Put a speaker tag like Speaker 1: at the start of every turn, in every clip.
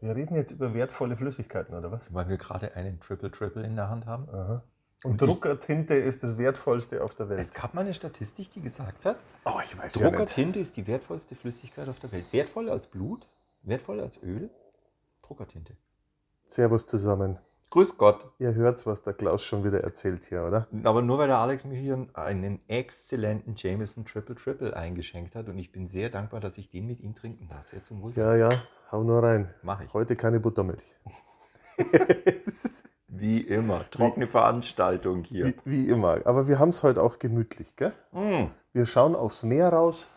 Speaker 1: Wir reden jetzt über wertvolle Flüssigkeiten, oder was?
Speaker 2: Weil wir gerade einen Triple Triple in der Hand haben.
Speaker 1: Und Druckertinte ist das Wertvollste auf der
Speaker 2: Es
Speaker 1: Welt.
Speaker 2: gab mal eine Statistik, die gesagt hat,
Speaker 1: Oh, ich weiß
Speaker 2: Druckertinte ist die wertvollste Flüssigkeit auf der Welt. Wertvoller als Blut, wertvoller als Öl. Druckertinte.
Speaker 1: Servus zusammen.
Speaker 2: Grüß Gott.
Speaker 1: Ihr hört's, was der Klaus schon wieder erzählt hier, oder?
Speaker 2: Aber nur weil der Alex mir hier einen exzellenten Jameson Triple Triple eingeschenkt hat und ich bin sehr dankbar, dass ich den mit ihm trinken darf. Sehr zum Wohlsein.
Speaker 1: Ja, ja, hau nur rein.
Speaker 2: Mach ich.
Speaker 1: Heute keine Buttermilch.
Speaker 2: Wie immer. Trockene Veranstaltung hier.
Speaker 1: Wie, wie immer. Aber wir haben's heute auch gemütlich, gell?
Speaker 2: Mm.
Speaker 1: Wir schauen aufs Meer raus,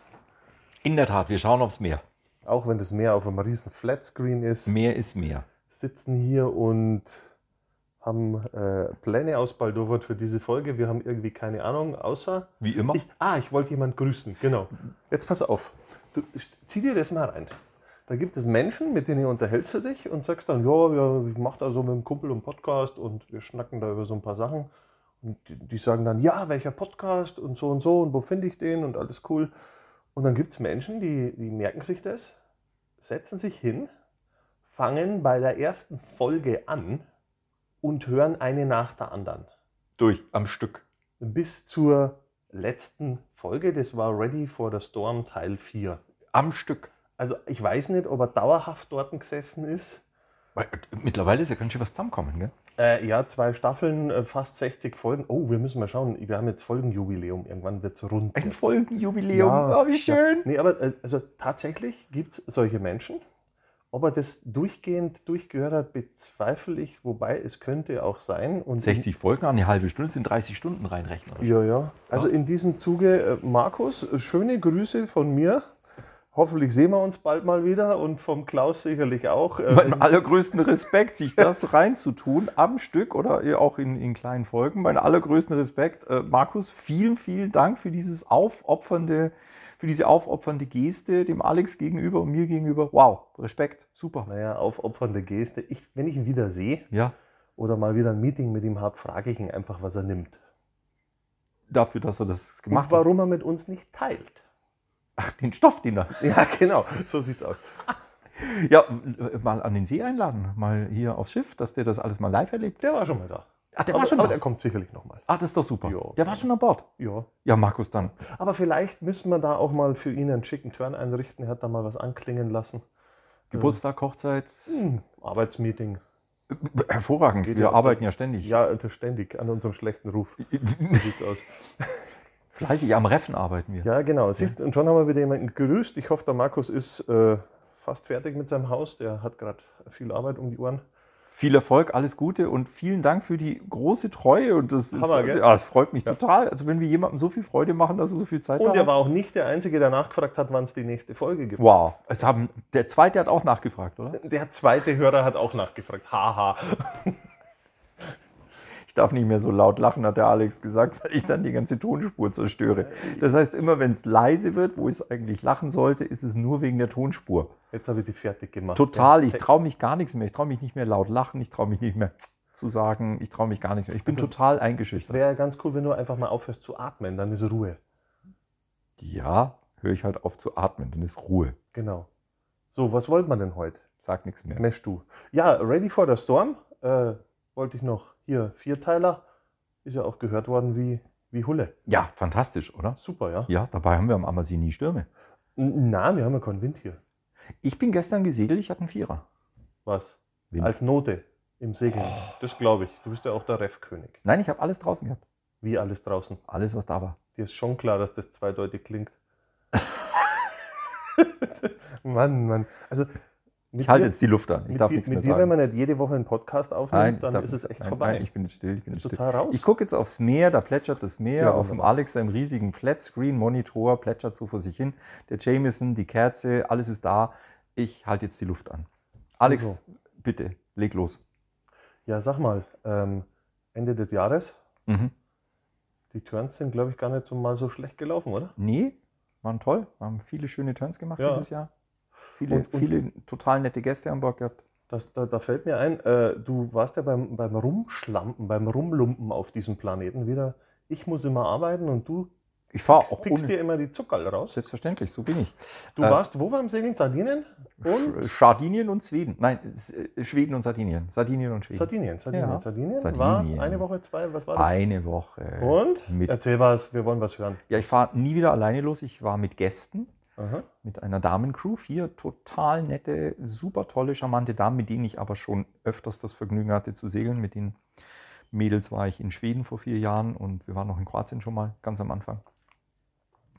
Speaker 2: In der Tat, wir schauen aufs Meer.
Speaker 1: auch wenn das Meer auf einem riesen Flatscreen ist.
Speaker 2: Meer ist Meer.
Speaker 1: Sitzen hier und haben äh, Pläne ausbaldowert für diese Folge. Wir haben irgendwie keine Ahnung, außer
Speaker 2: Wie immer.
Speaker 1: Ich, ah, ich wollte jemanden grüßen, genau. Jetzt pass auf. Du, st- zieh dir das mal rein. Da gibt es Menschen, mit denen unterhältst du dich und sagst dann, ja, ja, ich mache da so mit dem Kumpel einen Podcast und wir schnacken da über so ein paar Sachen. Und die, die sagen dann, ja, welcher Podcast und so und so und wo finde ich den und alles cool. Und dann gibt es Menschen, die, die merken sich das, setzen sich hin, fangen bei der ersten Folge an und hören eine nach der anderen
Speaker 2: Durch. Am Stück.
Speaker 1: bis zur letzten Folge. Das war Ready for the Storm Teil 4.
Speaker 2: Am Stück.
Speaker 1: Also ich weiß nicht, ob er dauerhaft dort gesessen ist.
Speaker 2: Weil, äh, mittlerweile ist ja ganz schön was zusammenkommen, gell?
Speaker 1: Äh, ja, zwei Staffeln, äh, fast 60 Folgen. Oh, wir müssen mal schauen. Wir haben jetzt Folgenjubiläum. Irgendwann wird es rund.
Speaker 2: Ein
Speaker 1: jetzt.
Speaker 2: Folgenjubiläum. oh, wie schön.
Speaker 1: Ja. Nee, aber äh, also tatsächlich gibt es solche Menschen. Ob er das durchgehend durchgehört hat, bezweifle ich. Wobei es könnte auch sein. Und
Speaker 2: 60 Folgen an eine halbe Stunde sind 30 Stunden reinrechnen.
Speaker 1: Ja, ja. Also in diesem Zuge, äh, Markus, schöne Grüße von mir. Hoffentlich sehen wir uns bald mal wieder und vom Klaus sicherlich auch. Äh,
Speaker 2: Meinen allergrößten Respekt, sich das reinzutun, am Stück oder eh auch in, in kleinen Folgen. Meinen allergrößten Respekt, äh, Markus, vielen, vielen Dank für dieses aufopfernde, für diese aufopfernde Geste dem Alex gegenüber und mir gegenüber. Wow, Respekt, super.
Speaker 1: naja, aufopfernde Geste. Ich, wenn ich ihn wieder sehe
Speaker 2: Ja,
Speaker 1: oder mal wieder ein Meeting mit ihm habe, frage ich ihn einfach, was er nimmt.
Speaker 2: dafür, dass er das gemacht
Speaker 1: und warum er mit uns nicht teilt.
Speaker 2: hat. Den Stoff, den er.
Speaker 1: Ja, genau. So sieht's aus.
Speaker 2: Ja, äh, mal an den See einladen, mal hier aufs Schiff, dass der das alles mal live erlebt.
Speaker 1: Der war schon mal da.
Speaker 2: Ach, der
Speaker 1: aber,
Speaker 2: war schon
Speaker 1: aber
Speaker 2: da.
Speaker 1: der kommt sicherlich nochmal.
Speaker 2: Ach, das ist doch super.
Speaker 1: Ja.
Speaker 2: Der war schon an Bord.
Speaker 1: Ja.
Speaker 2: Ja, Markus, dann.
Speaker 1: Aber vielleicht müssen wir da auch mal für ihn einen schicken Turn einrichten. Er hat da mal was anklingen lassen.
Speaker 2: Geburtstag, Hochzeit.
Speaker 1: Hm, Arbeitsmeeting.
Speaker 2: Hervorragend.
Speaker 1: Geht
Speaker 2: Wir
Speaker 1: ja auch
Speaker 2: arbeiten ja ständig.
Speaker 1: Ja, also ständig an unserem schlechten Ruf. Sieht's aus.
Speaker 2: Fleißig am Reffen arbeiten wir.
Speaker 1: Ja, genau. Siehst, und schon haben wir wieder jemanden gerüst. Ich hoffe, der Markus ist äh, fast fertig mit seinem Haus. Der hat gerade viel Arbeit um die Ohren.
Speaker 2: Viel Erfolg, alles Gute und vielen Dank für die große Treue. Und das, ist,
Speaker 1: Hammer, gell?
Speaker 2: ja, das freut mich total. Also, wenn wir jemandem so viel Freude machen, dass er so viel Zeit
Speaker 1: Und
Speaker 2: da
Speaker 1: er war auch nicht der Einzige, der nachgefragt hat, wann es die nächste Folge gibt.
Speaker 2: Wow. Es haben, der zweite hat auch nachgefragt, oder?
Speaker 1: Der zweite Hörer hat auch nachgefragt. Haha.
Speaker 2: Ich darf nicht mehr so laut lachen, hat der Alex gesagt, weil ich dann die ganze Tonspur zerstöre. Das heißt, immer wenn es leise wird, wo ich es eigentlich lachen sollte, ist es nur wegen der Tonspur.
Speaker 1: Jetzt habe ich die fertig gemacht.
Speaker 2: Total, ich traue mich gar nichts mehr. Ich traue mich nicht mehr laut lachen, ich traue mich nicht mehr zu sagen, ich traue mich gar nichts mehr. Ich bin
Speaker 1: Also
Speaker 2: total eingeschüchtert.
Speaker 1: Wäre ja ganz cool, wenn du einfach mal aufhörst zu atmen. Dann ist Ruhe.
Speaker 2: Ja, höre ich halt auf zu atmen, dann ist Ruhe.
Speaker 1: Genau. So, was wollt man denn heute?
Speaker 2: Sag nichts mehr.
Speaker 1: Mesh du. Ja, Ready for the Storm äh, wollte ich noch. Hier, Vierteiler. Ist ja auch gehört worden wie, wie Hulle.
Speaker 2: Ja, fantastisch, oder?
Speaker 1: Super, ja?
Speaker 2: Ja, dabei haben wir am Ammersee nie Stürme.
Speaker 1: N- Na, wir haben ja keinen Wind hier.
Speaker 2: Ich bin gestern gesegelt, ich hatte einen Vierer.
Speaker 1: Was?
Speaker 2: Wind.
Speaker 1: Als Note im Segeln. Das glaube ich. Du bist ja auch der Ref-König.
Speaker 2: Nein, ich habe alles draußen gehabt.
Speaker 1: Wie alles draußen.
Speaker 2: Alles, was da war.
Speaker 1: Dir ist schon klar, dass das zweideutig klingt. Mann, Mann. Also, mit
Speaker 2: Ich halte
Speaker 1: dir,
Speaker 2: jetzt die Luft an. Ich
Speaker 1: mit
Speaker 2: darf
Speaker 1: dir,
Speaker 2: nichts mehr
Speaker 1: mit
Speaker 2: sagen.
Speaker 1: dir wenn man nicht jede Woche einen Podcast aufnimmt,
Speaker 2: ich
Speaker 1: dann
Speaker 2: darf
Speaker 1: ist es
Speaker 2: nicht.
Speaker 1: echt
Speaker 2: nein,
Speaker 1: vorbei.
Speaker 2: Nein, ich bin jetzt still. Ich, bin jetzt still.
Speaker 1: total raus.
Speaker 2: ich gucke jetzt aufs Meer, da plätschert das Meer.
Speaker 1: Ja,
Speaker 2: auf dem
Speaker 1: wunderbar.
Speaker 2: Alex, seinem riesigen Flatscreen-Monitor, plätschert so vor sich hin. Der Jameson, die Kerze, alles ist da. Ich halte jetzt die Luft an. Alex, bitte, leg los.
Speaker 1: Ja, sag mal, ähm, Ende des Jahres,
Speaker 2: Mhm.
Speaker 1: die Turns sind, glaube ich, gar nicht so mal so schlecht gelaufen, oder?
Speaker 2: Nee, waren toll. Wir haben viele schöne Turns gemacht
Speaker 1: Ja.
Speaker 2: dieses Jahr. Viele,
Speaker 1: Und- und-
Speaker 2: viele total nette Gäste an Bord gehabt.
Speaker 1: Das, da, da fällt mir ein, äh, du warst ja beim, beim Rumschlampen, beim Rumlumpen auf diesem Planeten wieder. Ich muss immer arbeiten und du
Speaker 2: Ich fahre auch
Speaker 1: pickst
Speaker 2: Oh, ohne. Äh.
Speaker 1: dir immer die Zuckerl raus.
Speaker 2: Selbstverständlich, so bin ich.
Speaker 1: Du warst wo beim Segeln? Sardinien? Und
Speaker 2: Sch- äh, Sardinien und Schweden. Nein, S- äh, Schweden und Sardinien. Sardinien und Schweden.
Speaker 1: Sardinien. Sardinien.
Speaker 2: Ja.
Speaker 1: Sardinien,
Speaker 2: Sardinien.
Speaker 1: war eine Woche, zwei, was war das?
Speaker 2: Eine Woche.
Speaker 1: Und?
Speaker 2: Mit,
Speaker 1: Erzähl was, wir wollen was hören.
Speaker 2: ja, ich fahre nie wieder alleine los. Ich war mit Gästen,
Speaker 1: Aha.
Speaker 2: mit einer Damencrew. Vier total nette, super tolle, charmante Damen, mit denen ich aber schon öfters das Vergnügen hatte zu segeln. Mit den Mädels war ich in Schweden vor vier Jahren und wir waren noch in Kroatien schon mal, ganz am Anfang.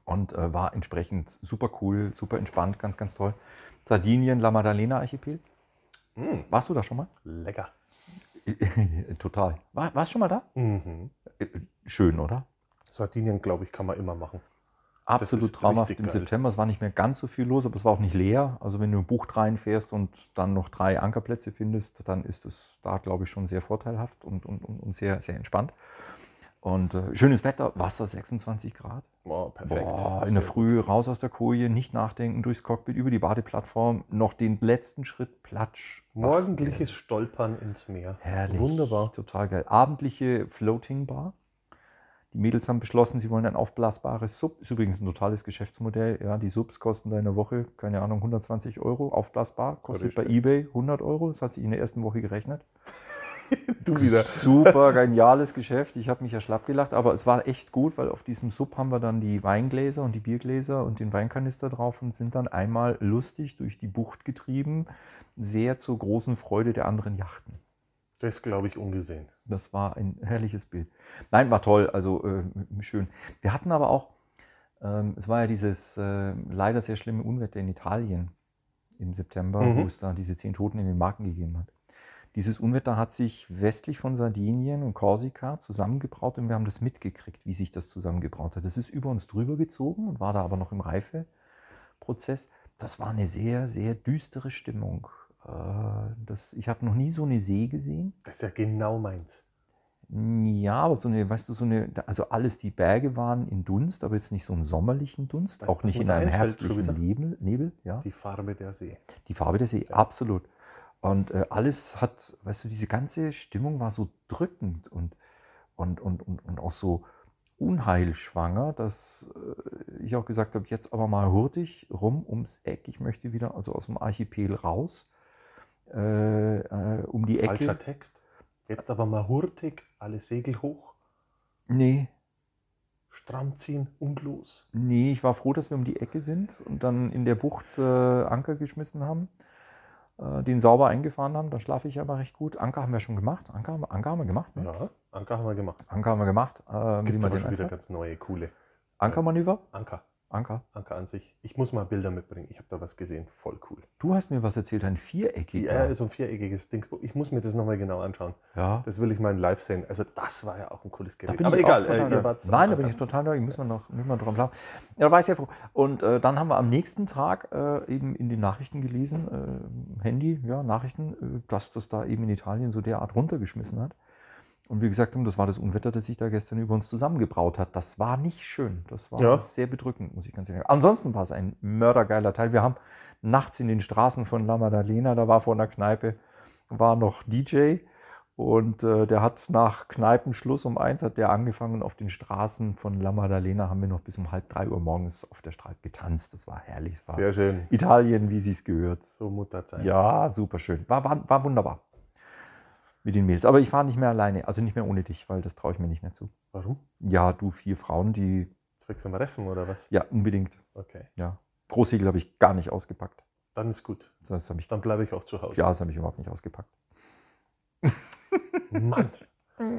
Speaker 2: Und äh, war entsprechend super cool, super entspannt, ganz, ganz toll. Sardinien, La Maddalena Archipel. Warst du da schon mal?
Speaker 1: Lecker.
Speaker 2: Total. War, warst du schon mal da? Äh, Schön, oder?
Speaker 1: Sardinien, glaube ich, kann man immer machen.
Speaker 2: Absolut
Speaker 1: ist
Speaker 2: traumhaft
Speaker 1: richtig
Speaker 2: im
Speaker 1: geil.
Speaker 2: September. Es war nicht mehr ganz so viel los, aber es war auch nicht leer. Also wenn du in Bucht reinfährst und dann noch drei Ankerplätze findest, dann ist es da, glaube ich, schon sehr vorteilhaft und, und, und, und sehr, sehr entspannt. Und äh, schönes Wetter, Wasser 26 Grad.
Speaker 1: Boah, perfekt.
Speaker 2: Boah, in der Früh raus aus der Koje, nicht nachdenken, durchs Cockpit, über die Badeplattform, noch den letzten Schritt, platsch.
Speaker 1: Morgendliches Stolpern ins Meer.
Speaker 2: Herrlich.
Speaker 1: Wunderbar.
Speaker 2: Total geil. Abendliche Floating Bar. Die Mädels haben beschlossen, sie wollen ein aufblasbares Sub. Ist übrigens ein totales Geschäftsmodell. Ja, die Subs kosten da in der Woche, keine Ahnung, 120 Euro. Aufblasbar kostet bei eBay 100 Euro. Das hat sich in der ersten Woche gerechnet.
Speaker 1: Du wieder.
Speaker 2: Super geniales Geschäft. Ich habe mich ja schlapp gelacht, aber es war echt gut, weil auf diesem Sub haben wir dann die Weingläser und die Biergläser und den Weinkanister drauf und sind dann einmal lustig durch die Bucht getrieben. Sehr zur großen Freude der anderen Yachten.
Speaker 1: Das glaube ich ungesehen.
Speaker 2: Das war ein herrliches Bild. Nein, war toll, also äh, schön. Wir hatten aber auch, ähm, es war ja dieses äh, leider sehr schlimme Unwetter in Italien im September, wo es da diese zehn Toten in den Marken gegeben hat. Dieses Unwetter hat sich westlich von Sardinien und Korsika zusammengebraut und wir haben das mitgekriegt, wie sich das zusammengebraut hat. Das ist über uns drüber gezogen und war da aber noch im Reifeprozess. Das war eine sehr, sehr düstere Stimmung. Äh, das, ich habe noch nie so eine See gesehen.
Speaker 1: Das ist ja genau meins.
Speaker 2: Ja, aber so eine, weißt du, so eine, also alles, die Berge waren in Dunst, aber jetzt nicht so im sommerlichen Dunst, auch nicht in
Speaker 1: mir
Speaker 2: einem
Speaker 1: einfällt schon
Speaker 2: herbstlichen
Speaker 1: wieder.
Speaker 2: Nebel, Nebel ja.
Speaker 1: Die Farbe der See.
Speaker 2: Die Farbe der See, absolut. Und äh, alles hat, weißt du, diese ganze Stimmung war so drückend und, und, und, und, und auch so unheilschwanger, dass äh, ich auch gesagt habe, jetzt aber mal hurtig rum ums Eck. Ich möchte wieder, also aus dem Archipel raus, äh, äh, um die Ecke.
Speaker 1: Falscher Text. Jetzt aber mal hurtig, alle Segel hoch,
Speaker 2: Nee,
Speaker 1: stramm ziehen und los.
Speaker 2: Nee, ich war froh, dass wir um die Ecke sind und dann in der Bucht äh, Anker geschmissen haben, äh, den sauber eingefahren haben. Da schlafe ich aber recht gut. Anker haben wir schon gemacht. Anker, haben- Anker haben wir gemacht. Ne?
Speaker 1: Ja, Anker haben wir gemacht.
Speaker 2: Anker haben wir gemacht. Äh,
Speaker 1: Gibt
Speaker 2: wie
Speaker 1: es
Speaker 2: man
Speaker 1: aber
Speaker 2: den
Speaker 1: schon wieder
Speaker 2: einfällt.
Speaker 1: ganz neue, coole.
Speaker 2: Ankermanöver?
Speaker 1: Anker.
Speaker 2: Anker.
Speaker 1: Anker an sich. Ich muss mal Bilder mitbringen. Ich habe da was gesehen. Voll cool.
Speaker 2: Du hast mir was erzählt, ein viereckiger.
Speaker 1: Ja, so ein viereckiges Ding. Ich muss mir das nochmal genau anschauen.
Speaker 2: Ja.
Speaker 1: Das will ich mal in live sehen. Also das war ja auch ein cooles Gerät.
Speaker 2: bin
Speaker 1: Aber
Speaker 2: ich
Speaker 1: egal,
Speaker 2: auch total
Speaker 1: äh, ihr
Speaker 2: neu.
Speaker 1: wart
Speaker 2: Nein, da bin ich total neu. Müssen wir noch müssen wir dran bleiben. Ja, da war ich sehr froh. Und äh, dann haben wir am nächsten Tag äh, eben in den Nachrichten gelesen, äh, Handy, ja, Nachrichten, äh, dass das da eben in Italien so derart runtergeschmissen hat. Und wie gesagt haben, das war das Unwetter, das sich da gestern über uns zusammengebraut hat. Das war nicht schön. Das war
Speaker 1: Ja.
Speaker 2: sehr bedrückend, muss ich ganz ehrlich sagen. Ansonsten war es ein mördergeiler Teil. Wir haben nachts in den Straßen von La Maddalena, da war vor einer Kneipe, war noch DJ. Und äh, der hat nach Kneipenschluss um eins hat der angefangen und auf den Straßen von La Maddalena haben wir noch bis um halb drei Uhr morgens auf der Straße getanzt. Das war herrlich. Es war
Speaker 1: Sehr schön.
Speaker 2: Italien, wie sie es gehört.
Speaker 1: So Mutter sein.
Speaker 2: Ja, super schön. War, war, war wunderbar. Mit den Mädels. Aber ich fahre nicht mehr alleine, also nicht mehr ohne dich, weil das traue ich mir nicht mehr zu.
Speaker 1: Warum?
Speaker 2: Ja, du vier Frauen, die.
Speaker 1: Zwecks am Reffen oder was?
Speaker 2: Ja, unbedingt.
Speaker 1: Okay.
Speaker 2: Ja. Großsegel habe ich gar nicht ausgepackt.
Speaker 1: Dann ist gut.
Speaker 2: Das habe ich,
Speaker 1: Dann bleibe ich auch zu Hause.
Speaker 2: ja, das habe ich überhaupt nicht ausgepackt.
Speaker 1: Mann.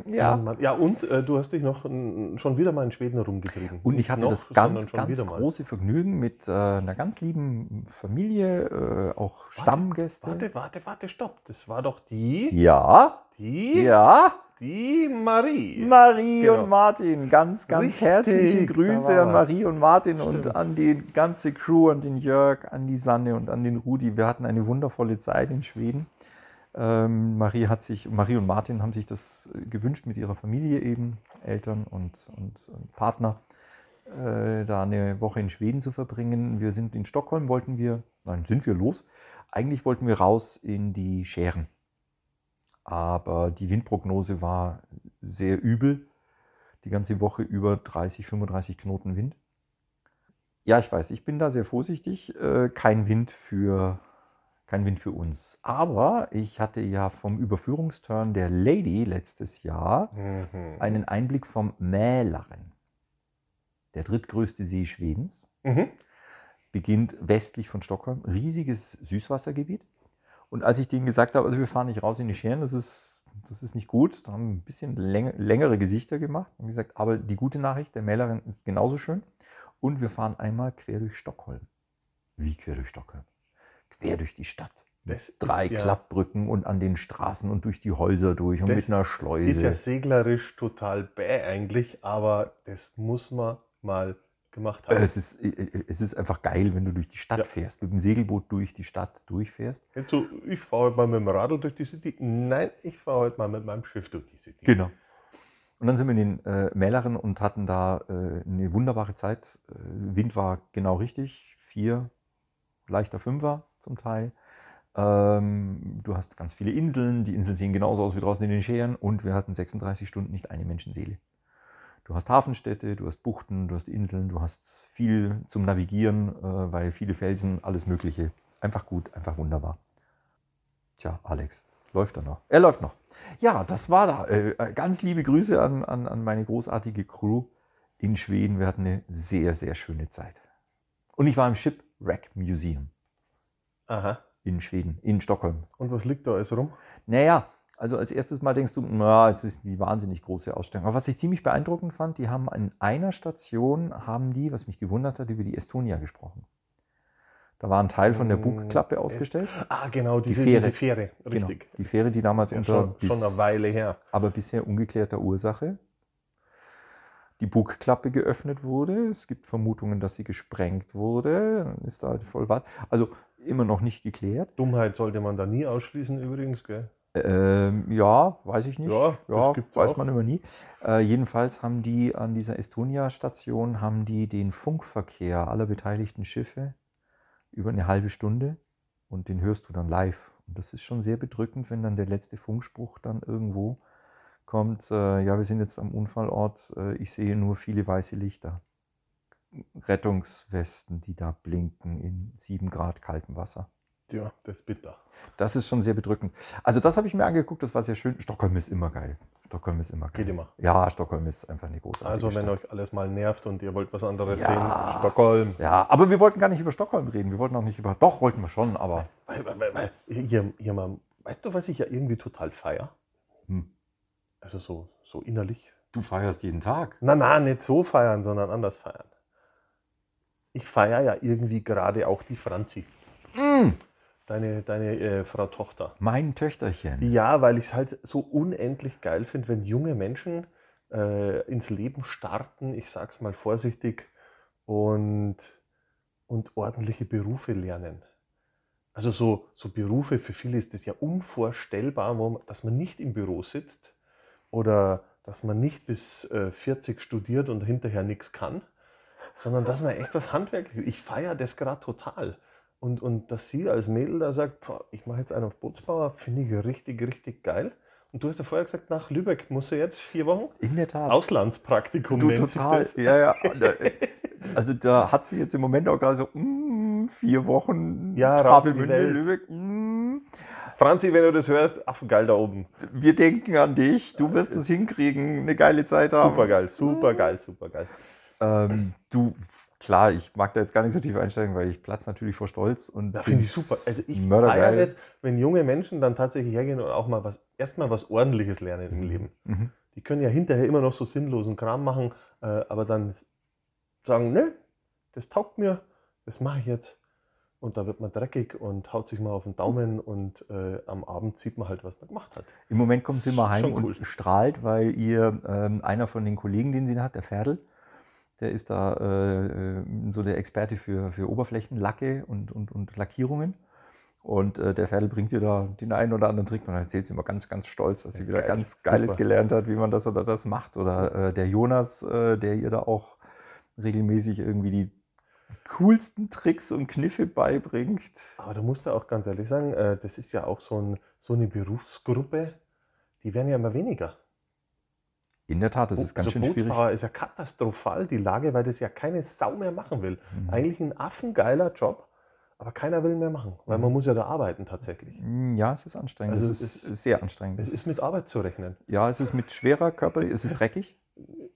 Speaker 2: Ja.
Speaker 1: Mann, Mann. ja und äh, du hast dich noch n, schon wieder mal in Schweden herumgetrieben.
Speaker 2: Und ich
Speaker 1: Nicht
Speaker 2: hatte
Speaker 1: noch,
Speaker 2: das
Speaker 1: sondern
Speaker 2: ganz,
Speaker 1: schon
Speaker 2: ganz
Speaker 1: wieder mal.
Speaker 2: große Vergnügen mit äh, einer ganz lieben Familie, äh, auch Stammgäste.
Speaker 1: Warte, warte, warte, stopp. Das war doch die,
Speaker 2: Ja,
Speaker 1: die,
Speaker 2: ja,
Speaker 1: Die Marie.
Speaker 2: Marie
Speaker 1: Genau.
Speaker 2: und Martin, ganz, ganz
Speaker 1: Richtig,
Speaker 2: herzliche
Speaker 1: da
Speaker 2: Grüße
Speaker 1: war
Speaker 2: an
Speaker 1: was.
Speaker 2: Marie und Martin und an die ganze Crew, an den Jörg, an die Sanne und an den Rudi. Wir hatten eine wundervolle Zeit in Schweden. Ähm, Marie, hat sich, Marie und Martin haben sich das äh, gewünscht mit ihrer Familie eben, Eltern und, und, und Partner, äh, da eine Woche in Schweden zu verbringen. Wir sind in Stockholm, wollten wir, nein, sind wir los. Eigentlich wollten wir raus in die Schären. Aber die Windprognose war sehr übel. Die ganze Woche über 30, 35 Knoten Wind. Ja, ich weiß, ich bin da sehr vorsichtig. Äh, Kein Wind für, kein Wind für uns. Aber ich hatte ja vom Überführungsturn der Lady letztes Jahr
Speaker 1: Mhm.
Speaker 2: einen Einblick vom Mälaren. Der drittgrößte See Schwedens
Speaker 1: Mhm.
Speaker 2: beginnt westlich von Stockholm, riesiges Süßwassergebiet. Und als ich denen gesagt habe, also wir fahren nicht raus in die Scheren, das ist, das ist nicht gut, da haben wir ein bisschen läng längere Gesichter gemacht und gesagt, aber die gute Nachricht, der Mälerin ist genauso schön. Und wir fahren einmal quer durch Stockholm. Wie quer durch Stockholm? Quer durch die Stadt. Mit
Speaker 1: Das ist
Speaker 2: drei
Speaker 1: ja-
Speaker 2: Klappbrücken und an den Straßen und durch die Häuser durch und
Speaker 1: Das
Speaker 2: mit einer Schleuse.
Speaker 1: Ist ja seglerisch total bäh eigentlich, aber das muss man mal gemacht haben.
Speaker 2: Äh, es, ist, es ist einfach geil, wenn du durch die Stadt
Speaker 1: Ja.
Speaker 2: fährst, mit dem Segelboot durch die Stadt durchfährst.
Speaker 1: Jetzt so, ich fahre heute mal mit dem Radl durch die City. Nein, ich fahre heute mal mit meinem Schiff durch die City.
Speaker 2: Genau. Und dann sind wir in den äh, Mälaren und hatten da äh, eine wunderbare Zeit. Äh, Wind war genau richtig, vier, leichter Fünfer zum Teil. Ähm, du hast ganz viele Inseln, die Inseln sehen genauso aus wie draußen in den Scheren und wir hatten 36 Stunden nicht eine Menschenseele. Du hast Hafenstädte, du hast Buchten, du hast Inseln, du hast viel zum Navigieren, äh, weil viele Felsen, alles Mögliche. Einfach gut, einfach wunderbar. Tja, Alex, läuft er noch? Er läuft noch. Ja, das war da. Äh, ganz liebe Grüße an, an, an meine großartige Crew in Schweden. Wir hatten eine sehr, sehr schöne Zeit. Und ich war im Shipwreck Museum
Speaker 1: Aha.
Speaker 2: in Schweden, in Stockholm.
Speaker 1: Und was liegt da alles rum?
Speaker 2: Naja, also als erstes Mal denkst du, na, jetzt ist die wahnsinnig große Ausstellung. Aber was ich ziemlich beeindruckend fand, die haben in einer Station, haben die, was mich gewundert hat, über die Estonia gesprochen. Da war ein Teil von der Bugklappe ausgestellt.
Speaker 1: Ah, genau, diese
Speaker 2: Fähre.
Speaker 1: Diese Fähre. Richtig.
Speaker 2: Genau, die Fähre, die damals
Speaker 1: Ja,
Speaker 2: unter
Speaker 1: schon, schon eine Weile her.
Speaker 2: aber bisher ungeklärter Ursache. Die Bugklappe geöffnet wurde. Es gibt Vermutungen, dass sie gesprengt wurde. Dann Ist da voll was. Also immer noch nicht geklärt.
Speaker 1: Dummheit sollte man da nie ausschließen übrigens, gell?
Speaker 2: Ähm, ja, weiß ich nicht.
Speaker 1: Ja, das gibt's
Speaker 2: weiß
Speaker 1: auch.
Speaker 2: man immer nie. Äh, jedenfalls haben die an dieser Estonia-Station haben die den Funkverkehr aller beteiligten Schiffe über eine halbe Stunde und den hörst du dann live. Und das ist schon sehr bedrückend, wenn dann der letzte Funkspruch dann irgendwo kommt. Äh, ja, wir sind jetzt am Unfallort. Äh, ich sehe nur viele weiße Lichter. Rettungswesten, die da blinken in sieben Grad kaltem Wasser.
Speaker 1: Ja, das ist bitter.
Speaker 2: Das ist schon sehr bedrückend. Also das habe ich mir angeguckt, das war sehr schön. Stockholm ist immer geil. Stockholm ist immer geil.
Speaker 1: Geht immer.
Speaker 2: Ja, Stockholm ist einfach eine großartige
Speaker 1: Also, wenn
Speaker 2: Stadt.
Speaker 1: euch alles mal nervt und ihr wollt was anderes
Speaker 2: Ja.
Speaker 1: sehen, Stockholm.
Speaker 2: Ja, aber wir wollten gar nicht über Stockholm reden. Wir wollten auch nicht über... Doch, wollten wir schon, aber...
Speaker 1: Weil, weil, weil, weil, hier, hier mal, weißt du, was ich ja irgendwie total feier?
Speaker 2: Hm.
Speaker 1: Also so, so innerlich.
Speaker 2: Du feierst jeden Tag.
Speaker 1: Na, na, nicht so feiern, sondern anders feiern. Ich feiere ja irgendwie gerade auch die Franzi.
Speaker 2: Hm.
Speaker 1: Deine, deine äh, Frau Tochter.
Speaker 2: Mein Töchterchen.
Speaker 1: Ja, weil ich es halt so unendlich geil finde, wenn junge Menschen äh, ins Leben starten, ich sag's mal vorsichtig, und, und ordentliche Berufe lernen. Also so, so Berufe, für viele ist das ja unvorstellbar, wo man, dass man nicht im Büro sitzt oder dass man nicht bis äh, 40 studiert und hinterher nichts kann, sondern dass man echt was handwerkliches. Ich feiere das gerade total. Und, und dass sie als Mädel da sagt, "Boah, ich mache jetzt einen auf Bootsbauer, finde ich richtig, richtig geil. Und du hast ja vorher gesagt, nach Lübeck muss er jetzt vier Wochen
Speaker 2: In der Tat.
Speaker 1: Auslandspraktikum
Speaker 2: Du
Speaker 1: nennt sich
Speaker 2: total.
Speaker 1: das.
Speaker 2: Ja, ja. Also da hat sie jetzt im Moment auch gerade so mm, vier Wochen
Speaker 1: Ja, raus in die
Speaker 2: Travemünde,
Speaker 1: Welt.
Speaker 2: Lübeck. Mm.
Speaker 1: Franzi, wenn du das hörst, affengeil da oben.
Speaker 2: Wir denken an dich. Du wirst es hinkriegen. Eine geile Zeit haben.
Speaker 1: Super geil, super geil, super geil.
Speaker 2: Ähm, du, klar, ich mag da jetzt gar nicht so tief einsteigen, weil ich platz natürlich vor Stolz und.
Speaker 1: Ja, finde ich super. Also ich feiere
Speaker 2: mördergeil.
Speaker 1: das, wenn junge Menschen dann tatsächlich hergehen und auch mal was, erstmal was Ordentliches lernen im Leben. Die können ja hinterher immer noch so sinnlosen Kram machen, äh, aber dann s- sagen, nö, das taugt mir, das mache ich jetzt. Und da wird man dreckig und haut sich mal auf den Daumen und äh, am Abend sieht man halt, was man gemacht hat.
Speaker 2: Im Moment kommt sie immer heim
Speaker 1: Schon cool.
Speaker 2: und strahlt, weil ihr ähm, einer von den Kollegen, den sie hat, der Ferdl, der ist da äh, äh, so der Experte für, für Oberflächenlacke und, und, und Lackierungen. Und äh, der Ferdl bringt ihr da den einen oder anderen Trick und dann erzählt sie immer ganz, ganz stolz, was sie wieder
Speaker 1: geil,
Speaker 2: ganz Geiles
Speaker 1: super.
Speaker 2: gelernt hat, wie man das oder das macht. Oder äh, der Jonas, äh, der ihr da auch regelmäßig irgendwie die coolsten Tricks und Kniffe beibringt.
Speaker 1: Aber du musst ja auch ganz ehrlich sagen, äh, das ist ja auch so, ein, so eine Berufsgruppe, die werden ja immer weniger.
Speaker 2: In der Tat, das ist ganz
Speaker 1: so
Speaker 2: schön schwierig.
Speaker 1: Bootsbauer Also ist ja katastrophal die Lage, weil das ja keine Sau mehr machen will.
Speaker 2: Mhm.
Speaker 1: Eigentlich ein affengeiler Job, aber keiner will ihn mehr machen, weil
Speaker 2: Mhm.
Speaker 1: man muss ja da arbeiten tatsächlich.
Speaker 2: Mm, Ja, es ist anstrengend.
Speaker 1: Also
Speaker 2: es
Speaker 1: es
Speaker 2: ist, sehr anstrengend.
Speaker 1: Es ist mit Arbeit zu rechnen.
Speaker 2: ja, es ist mit schwerer körperlich, es ist dreckig.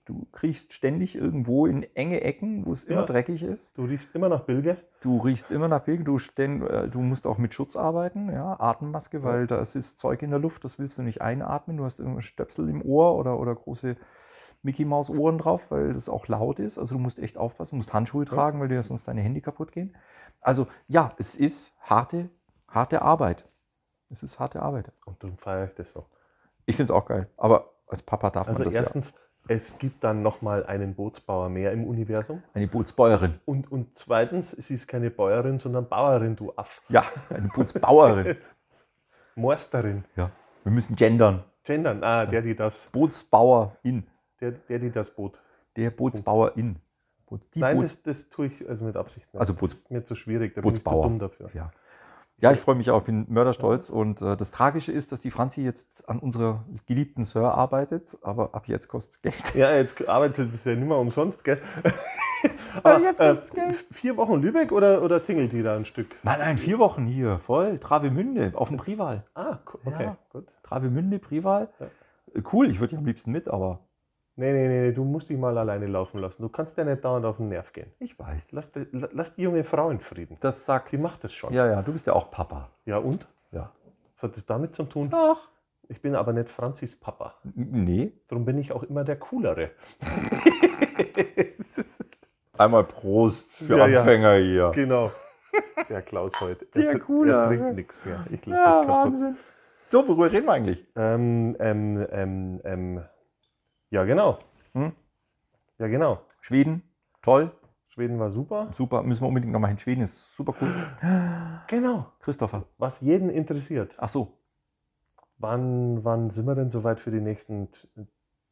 Speaker 2: Du kriegst ständig irgendwo in enge Ecken, wo es immer
Speaker 1: Ja.
Speaker 2: dreckig ist.
Speaker 1: Du riechst immer nach Bilge.
Speaker 2: Du riechst immer nach Pilgen. Du, ständ, äh, du musst auch mit Schutz arbeiten, ja, Atemmaske, weil da ist das Zeug in der Luft, das willst du nicht einatmen. Du hast irgendwelche Stöpsel im Ohr oder, oder große Mickey-Maus-Ohren drauf, weil das auch laut ist. Also du musst echt aufpassen, du musst Handschuhe tragen, weil dir sonst deine Hände kaputt gehen. Also ja, es ist harte, harte Arbeit. Es ist harte Arbeit.
Speaker 1: Und darum feiere ich das so.
Speaker 2: Ich finde es auch geil. Aber als Papa darf
Speaker 1: Also
Speaker 2: man das ja.
Speaker 1: erstens, es gibt dann nochmal einen Bootsbauer mehr im Universum.
Speaker 2: Eine Bootsbäuerin.
Speaker 1: Und, und zweitens, sie ist keine Bäuerin, sondern Bauerin, du Aff.
Speaker 2: Ja, eine Bootsbauerin.
Speaker 1: Morsterin.
Speaker 2: ja. Wir müssen gendern.
Speaker 1: Gendern. Ah, der, die das,
Speaker 2: Bootsbauerin.
Speaker 1: der, der, die das Boot.
Speaker 2: Der Bootsbauerin. Bo- Die
Speaker 1: Nein,
Speaker 2: Boots-
Speaker 1: das, das tue ich also mit Absicht nicht.
Speaker 2: Also Boots-
Speaker 1: das ist mir zu schwierig, da
Speaker 2: Bootsbauer.
Speaker 1: bin ich zu dumm dafür.
Speaker 2: ja. ja, ich freue mich auch. Ich bin mörderstolz. Und äh, das Tragische ist, dass die Franzi jetzt an unserer geliebten Sir arbeitet, aber ab jetzt kostet es Geld.
Speaker 1: Ja, jetzt arbeitet es ja nicht mehr umsonst, gell? Aber,
Speaker 2: Oh, jetzt
Speaker 1: äh,
Speaker 2: kostet's Geld.
Speaker 1: vier Wochen Lübeck oder, oder tingelt die da ein Stück?
Speaker 2: Nein, nein, vier Wochen hier. Voll. Travemünde auf dem Prival.
Speaker 1: Ah, cool, okay,
Speaker 2: Ja.
Speaker 1: gut.
Speaker 2: Travemünde, Prival. Äh, Cool, ich würde ja am liebsten mit, aber
Speaker 1: Nee, nee, nee, nee, du musst dich mal alleine laufen lassen. Du kannst ja nicht dauernd auf den Nerv gehen.
Speaker 2: ich weiß.
Speaker 1: Lass, die- la- lass die junge Frau in Frieden.
Speaker 2: Das sagt.
Speaker 1: Die macht das schon.
Speaker 2: Ja, ja, du bist ja auch Papa.
Speaker 1: Ja, und?
Speaker 2: Ja.
Speaker 1: Was hat das damit zu tun?
Speaker 2: Ach.
Speaker 1: Ich bin aber nicht Franzis Papa.
Speaker 2: Nee.
Speaker 1: Darum bin ich auch immer der Coolere.
Speaker 2: Einmal Prost für
Speaker 1: Ja, ja.
Speaker 2: Anfänger hier.
Speaker 1: Genau. Der Klaus heute.
Speaker 2: Der
Speaker 1: tr-
Speaker 2: Coolere.
Speaker 1: Er trinkt nichts mehr. Ich leg mich kaputt.
Speaker 2: Wahnsinn. So, worüber reden wir eigentlich?
Speaker 1: Ähm, ähm, ähm, ähm. Ja, genau.
Speaker 2: Hm?
Speaker 1: Ja, genau.
Speaker 2: Schweden, toll,
Speaker 1: Schweden war super.
Speaker 2: super, müssen wir unbedingt nochmal hin. Schweden ist super cool.
Speaker 1: Genau.
Speaker 2: Christopher,
Speaker 1: Was jeden interessiert.
Speaker 2: ach so,
Speaker 1: Wann, wann sind wir denn soweit für die nächsten T-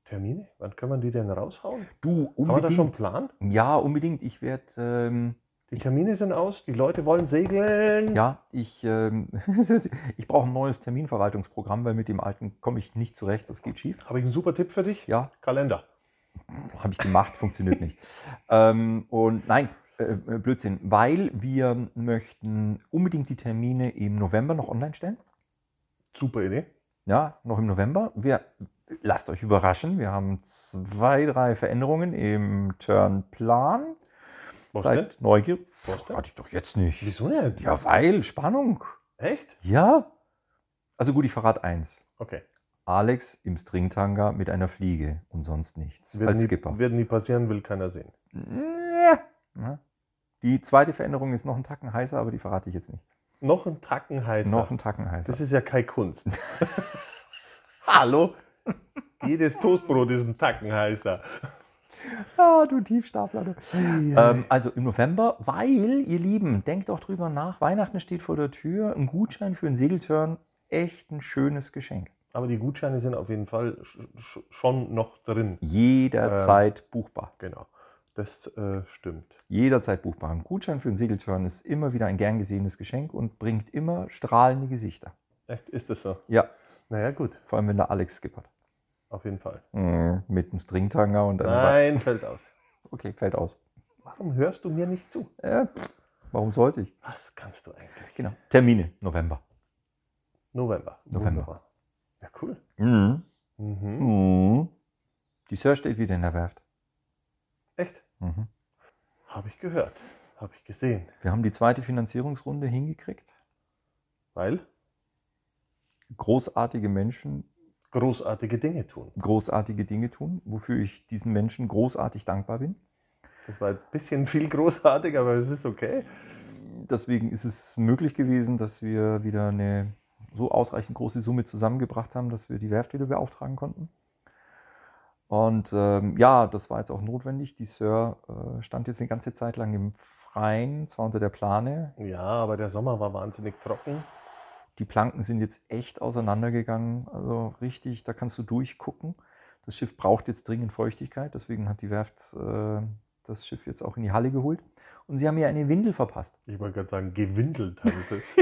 Speaker 1: Termine? Wann können wir die denn raushauen?
Speaker 2: du
Speaker 1: Haben wir da schon einen
Speaker 2: unbedingt.
Speaker 1: Plan?
Speaker 2: Ja, unbedingt. Ich werde, ähm,
Speaker 1: Die Termine sind aus, die Leute wollen segeln.
Speaker 2: ja, ich, ähm, ich brauche ein neues Terminverwaltungsprogramm, weil mit dem alten komme ich nicht zurecht, das geht schief.
Speaker 1: Habe ich einen super Tipp für dich?
Speaker 2: Ja,
Speaker 1: Kalender.
Speaker 2: habe ich gemacht, funktioniert nicht. Ähm, und nein, äh, äh, Blödsinn, weil wir möchten unbedingt die Termine im November noch online stellen.
Speaker 1: Super Idee.
Speaker 2: Ja, noch im November. Wir, lasst euch überraschen. Wir haben zwei, drei Veränderungen im Turnplan.
Speaker 1: Was
Speaker 2: Seid neugierig.
Speaker 1: Was
Speaker 2: Pff,
Speaker 1: denn?
Speaker 2: Rate ich doch jetzt nicht.
Speaker 1: Wieso nicht?
Speaker 2: Ja, weil Spannung.
Speaker 1: Echt?
Speaker 2: Ja. Also gut, ich verrate eins.
Speaker 1: Okay.
Speaker 2: Alex im Stringtanga mit einer Fliege und sonst nichts.
Speaker 1: Wird
Speaker 2: als
Speaker 1: nie,
Speaker 2: Skipper.
Speaker 1: wird nie passieren, will keiner sehen.
Speaker 2: Ja. Die zweite Veränderung ist noch einen Tacken heißer, aber die verrate ich jetzt nicht.
Speaker 1: Noch ein Tacken heißer.
Speaker 2: Noch einen Tacken heißer.
Speaker 1: das ist ja keine Kunst. Hallo? Jedes Toastbrot ist ein Tacken heißer.
Speaker 2: Ah, du Tiefstapler. Du. Ähm, also im November, weil, ihr Lieben, denkt auch drüber nach. Weihnachten steht vor der Tür. Ein Gutschein für einen Segeltörn. Echt ein schönes Geschenk.
Speaker 1: Aber die Gutscheine sind auf jeden Fall sch- sch- schon noch drin.
Speaker 2: Jederzeit buchbar.
Speaker 1: Genau. Das äh, stimmt.
Speaker 2: Jederzeit buchbar. Ein Gutschein für einen Segeltörn ist immer wieder ein gern gesehenes Geschenk und bringt immer strahlende Gesichter.
Speaker 1: Echt, ist das so?
Speaker 2: Ja,
Speaker 1: Naja, gut,
Speaker 2: vor allem wenn der Alex skippert.
Speaker 1: auf jeden Fall.
Speaker 2: Mhm. Mit einem Stringtanger und einem.
Speaker 1: Nein, fällt aus.
Speaker 2: Okay, fällt aus.
Speaker 1: Warum hörst du mir nicht zu?
Speaker 2: Äh, pff, warum sollte ich?
Speaker 1: Was kannst du eigentlich?
Speaker 2: Genau. Termine, November.
Speaker 1: November.
Speaker 2: November.
Speaker 1: Wunderbar. Ja, cool.
Speaker 2: Mhm.
Speaker 1: Mhm.
Speaker 2: Mhm. Die Sir steht wieder in der Werft.
Speaker 1: Echt?
Speaker 2: Mhm.
Speaker 1: Habe ich gehört. Habe ich gesehen.
Speaker 2: Wir haben die zweite Finanzierungsrunde hingekriegt.
Speaker 1: Weil
Speaker 2: Großartige Menschen
Speaker 1: großartige Dinge tun.
Speaker 2: großartige Dinge tun, wofür ich diesen Menschen großartig dankbar bin.
Speaker 1: Das war jetzt ein bisschen viel großartig, aber es ist okay.
Speaker 2: deswegen ist es möglich gewesen, dass wir wieder eine so ausreichend große Summe zusammengebracht haben, dass wir die Werft wieder beauftragen konnten. Und ähm, ja, das war jetzt auch notwendig. Die Sir äh, stand jetzt eine ganze Zeit lang im Freien, zwar unter der Plane.
Speaker 1: Ja, aber der Sommer war wahnsinnig trocken.
Speaker 2: Die Planken sind jetzt echt auseinandergegangen. Also richtig, da kannst du durchgucken. Das Schiff braucht jetzt dringend Feuchtigkeit, deswegen hat die Werft äh, das Schiff jetzt auch in die Halle geholt. Und sie haben ihr eine Windel verpasst.
Speaker 1: Ich wollte gerade sagen, gewindelt heißt es.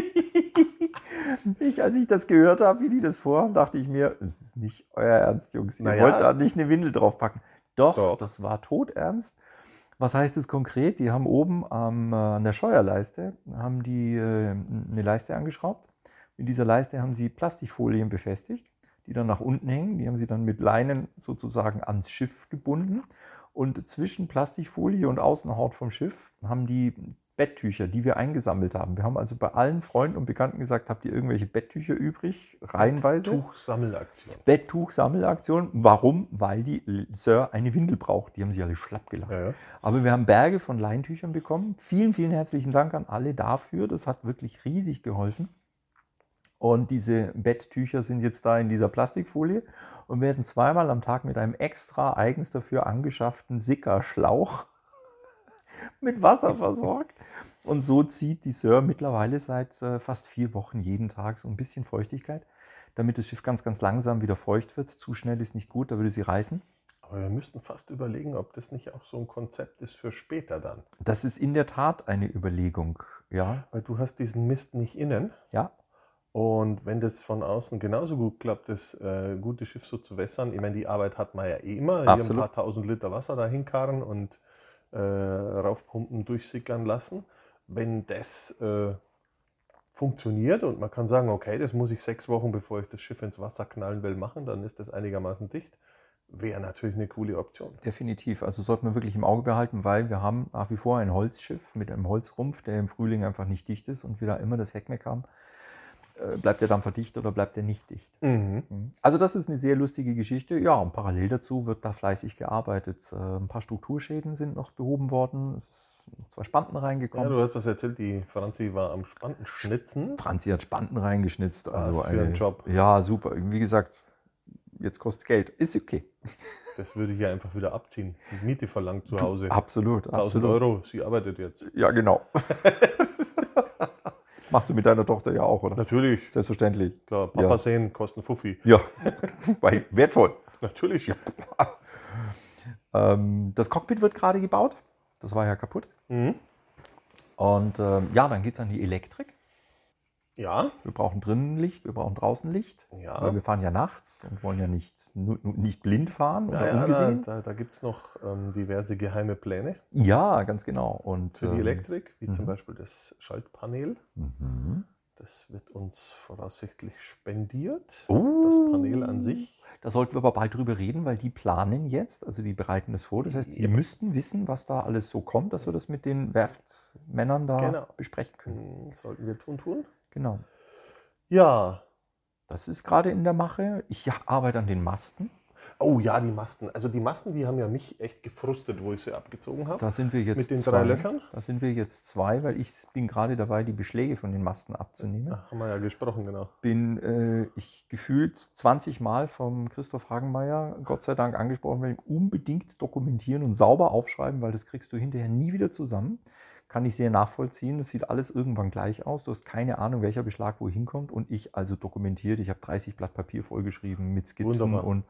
Speaker 2: ich, als ich das gehört habe, wie die das vorhaben, dachte ich mir, es ist nicht euer Ernst, Jungs. Ihr
Speaker 1: Naja.
Speaker 2: wollt da nicht eine Windel draufpacken. Doch,
Speaker 1: Doch.
Speaker 2: das war todernst. Was heißt es konkret? Die haben oben am, äh, an der Scheuerleiste haben die, äh, eine Leiste angeschraubt. Mit dieser Leiste haben sie Plastikfolien befestigt, die dann nach unten hängen. Die haben sie dann mit Leinen sozusagen ans Schiff gebunden. Und zwischen Plastikfolie und Außenhaut vom Schiff haben die Betttücher, die wir eingesammelt haben. Wir haben also bei allen Freunden und Bekannten gesagt, habt ihr irgendwelche Betttücher übrig? Reihenweise.
Speaker 1: Tuchsammelaktion.
Speaker 2: Betttuch-Sammelaktion. Warum? Weil die Sir eine Windel braucht. Die haben sich alle schlapp gelacht.
Speaker 1: Ja, ja.
Speaker 2: Aber wir haben Berge von Leintüchern bekommen. Vielen, vielen herzlichen Dank an alle dafür. Das hat wirklich riesig geholfen. Und diese Betttücher sind jetzt da in dieser Plastikfolie und werden zweimal am Tag mit einem extra eigens dafür angeschafften Sickerschlauch mit Wasser versorgt. Und so zieht die Sir mittlerweile seit äh, fast vier Wochen jeden Tag so ein bisschen Feuchtigkeit, damit das Schiff ganz, ganz langsam wieder feucht wird. Zu schnell ist nicht gut, da würde sie reißen.
Speaker 1: Aber wir müssten fast überlegen, ob das nicht auch so ein Konzept ist für später dann.
Speaker 2: Das ist in der Tat eine Überlegung. Ja,
Speaker 1: Weil du hast diesen Mist nicht innen.
Speaker 2: ja,
Speaker 1: Und wenn das von außen genauso gut klappt, das äh, gute Schiff so zu wässern, ich meine, die Arbeit hat man ja eh immer. Hier ein
Speaker 2: Absolut.
Speaker 1: paar tausend Liter Wasser dahin karren und äh, raufpumpen, durchsickern lassen. Wenn das äh, funktioniert und man kann sagen, okay, das muss ich sechs Wochen, bevor ich das Schiff ins Wasser knallen will, machen, dann ist das einigermaßen dicht. Wäre natürlich eine coole Option.
Speaker 2: Definitiv. Also sollte man wirklich im Auge behalten, weil wir haben nach wie vor ein Holzschiff mit einem Holzrumpf, der im Frühling einfach nicht dicht ist und wir da immer das Heckmeck haben. Äh, Bleibt der Dampfer dicht oder bleibt er nicht dicht?
Speaker 1: Mhm.
Speaker 2: Also das ist eine sehr lustige Geschichte. Ja, und parallel dazu wird da fleißig gearbeitet. Äh, Ein paar Strukturschäden sind noch behoben worden. Es sind noch zwei Spanten
Speaker 1: Ja,
Speaker 2: reingekommen.
Speaker 1: du hast was erzählt, die Franzi war am Spantenschnitzen.
Speaker 2: Franzi hat Spanten reingeschnitzt. Also
Speaker 1: für einen Job.
Speaker 2: Ja, super. Wie gesagt, jetzt kostet Geld. Ist okay.
Speaker 1: Das würde ich ja einfach wieder abziehen. Die Miete verlangt zu Hause.
Speaker 2: Absolut,
Speaker 1: 1000
Speaker 2: absolut.
Speaker 1: Euro, sie arbeitet jetzt.
Speaker 2: Ja, genau. Machst du mit deiner Tochter ja auch, oder?
Speaker 1: Natürlich,
Speaker 2: Selbstverständlich.
Speaker 1: klar, Papa
Speaker 2: Ja.
Speaker 1: sehen, kosten Fuffi.
Speaker 2: Ja, weil wertvoll.
Speaker 1: Natürlich.
Speaker 2: Ähm, das Cockpit wird gerade gebaut. Das war ja kaputt.
Speaker 1: Mhm.
Speaker 2: Und ähm, ja, dann geht es an die Elektrik.
Speaker 1: Ja,
Speaker 2: Wir brauchen drinnen Licht, wir brauchen draußen Licht.
Speaker 1: Ja.
Speaker 2: Weil wir fahren ja nachts und wollen ja nicht, nu- nu- nicht blind fahren
Speaker 1: ja,
Speaker 2: oder
Speaker 1: ja da,
Speaker 2: ungesehen.
Speaker 1: da, da gibt es noch ähm, diverse geheime Pläne
Speaker 2: Ja, ganz genau. Und
Speaker 1: für die
Speaker 2: ähm,
Speaker 1: Elektrik, wie zum Beispiel das Schaltpanel.
Speaker 2: Mhm.
Speaker 1: Das wird uns voraussichtlich spendiert.
Speaker 2: Oh.
Speaker 1: Das Panel an sich.
Speaker 2: Da sollten wir aber bald drüber reden, weil die planen jetzt, also die bereiten es vor. Das heißt, die müssten wissen, was da alles so kommt, dass wir das mit den Werftmännern da
Speaker 1: Genau.
Speaker 2: besprechen können.
Speaker 1: mh, Sollten wir tun, tun.
Speaker 2: Genau.
Speaker 1: Ja.
Speaker 2: Das ist gerade in der Mache. Ich ja- arbeite an den Masten.
Speaker 1: Oh ja, die Masten. Also die Masten, die haben ja mich echt gefrustet, wo ich sie abgezogen habe.
Speaker 2: Da sind wir jetzt
Speaker 1: Mit den
Speaker 2: zwei.
Speaker 1: drei Löchern?
Speaker 2: Da sind wir jetzt zwei, weil ich bin gerade dabei, die Beschläge von den Masten abzunehmen.
Speaker 1: Haben wir ja gesprochen, genau.
Speaker 2: Bin äh, ich gefühlt 20 Mal vom Christoph Hagenmeier, Gott sei Dank, angesprochen werden, unbedingt dokumentieren und sauber aufschreiben, weil das kriegst du hinterher nie wieder zusammen. Kann ich sehr nachvollziehen. Das sieht alles irgendwann gleich aus. Du hast keine Ahnung, welcher Beschlag wo hinkommt. Und ich also dokumentiert. Ich habe 30 Blatt Papier vollgeschrieben mit Skizzen
Speaker 1: Wunderbar.
Speaker 2: und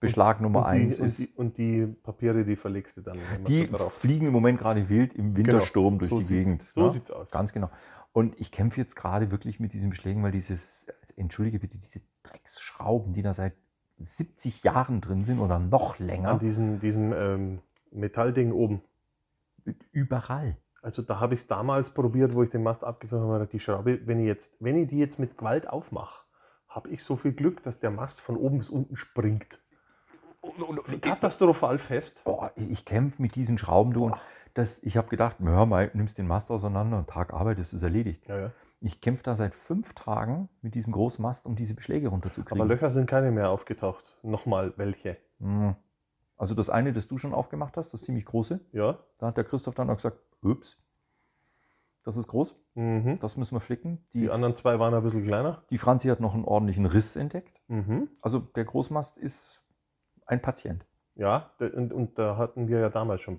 Speaker 2: Beschlag Nummer
Speaker 1: und, die,
Speaker 2: eins
Speaker 1: und,
Speaker 2: ist.
Speaker 1: die, und die Papiere, die verlegst du dann. wenn man
Speaker 2: Die
Speaker 1: sie braucht.
Speaker 2: fliegen im Moment gerade wild im Wintersturm durch
Speaker 1: Genau. So
Speaker 2: die
Speaker 1: sieht's-
Speaker 2: Gegend.
Speaker 1: so sieht's aus.
Speaker 2: Ganz genau. Und ich kämpfe jetzt gerade wirklich mit diesen Beschlägen, weil dieses, entschuldige bitte, diese Drecksschrauben, die da seit 70 Jahren drin sind oder noch länger,
Speaker 1: An diesem, diesem ähm, Metallding oben.
Speaker 2: überall.
Speaker 1: Also da habe ich es damals probiert, wo ich den Mast abgezogen habe, habe, die Schraube, wenn ich, jetzt, wenn ich die jetzt mit Gewalt aufmache, habe ich so viel Glück, dass der Mast von oben bis unten springt. Katastrophal fest.
Speaker 2: Boah, ich kämpfe mit diesen Schrauben, du. Und das, ich habe gedacht, hör mal, nimmst den Mast auseinander und Tag arbeitest, ist erledigt.
Speaker 1: Ja, ja.
Speaker 2: Ich kämpfe da seit fünf Tagen mit diesem großen Mast, um diese Beschläge
Speaker 1: Aber
Speaker 2: runterzukriegen.
Speaker 1: Löcher sind keine mehr aufgetaucht. Nochmal welche.
Speaker 2: Also das eine, das du schon aufgemacht hast, das ziemlich große,
Speaker 1: Ja,
Speaker 2: Da hat der Christoph dann auch gesagt, ups, Das ist groß.
Speaker 1: Mhm.
Speaker 2: Das müssen wir flicken. Die,
Speaker 1: Die anderen zwei waren ein bisschen kleiner.
Speaker 2: die Franzi hat noch einen ordentlichen Riss entdeckt.
Speaker 1: Mhm.
Speaker 2: Also der Großmast ist ein Patient.
Speaker 1: Ja, da- und, und da hatten wir ja damals schon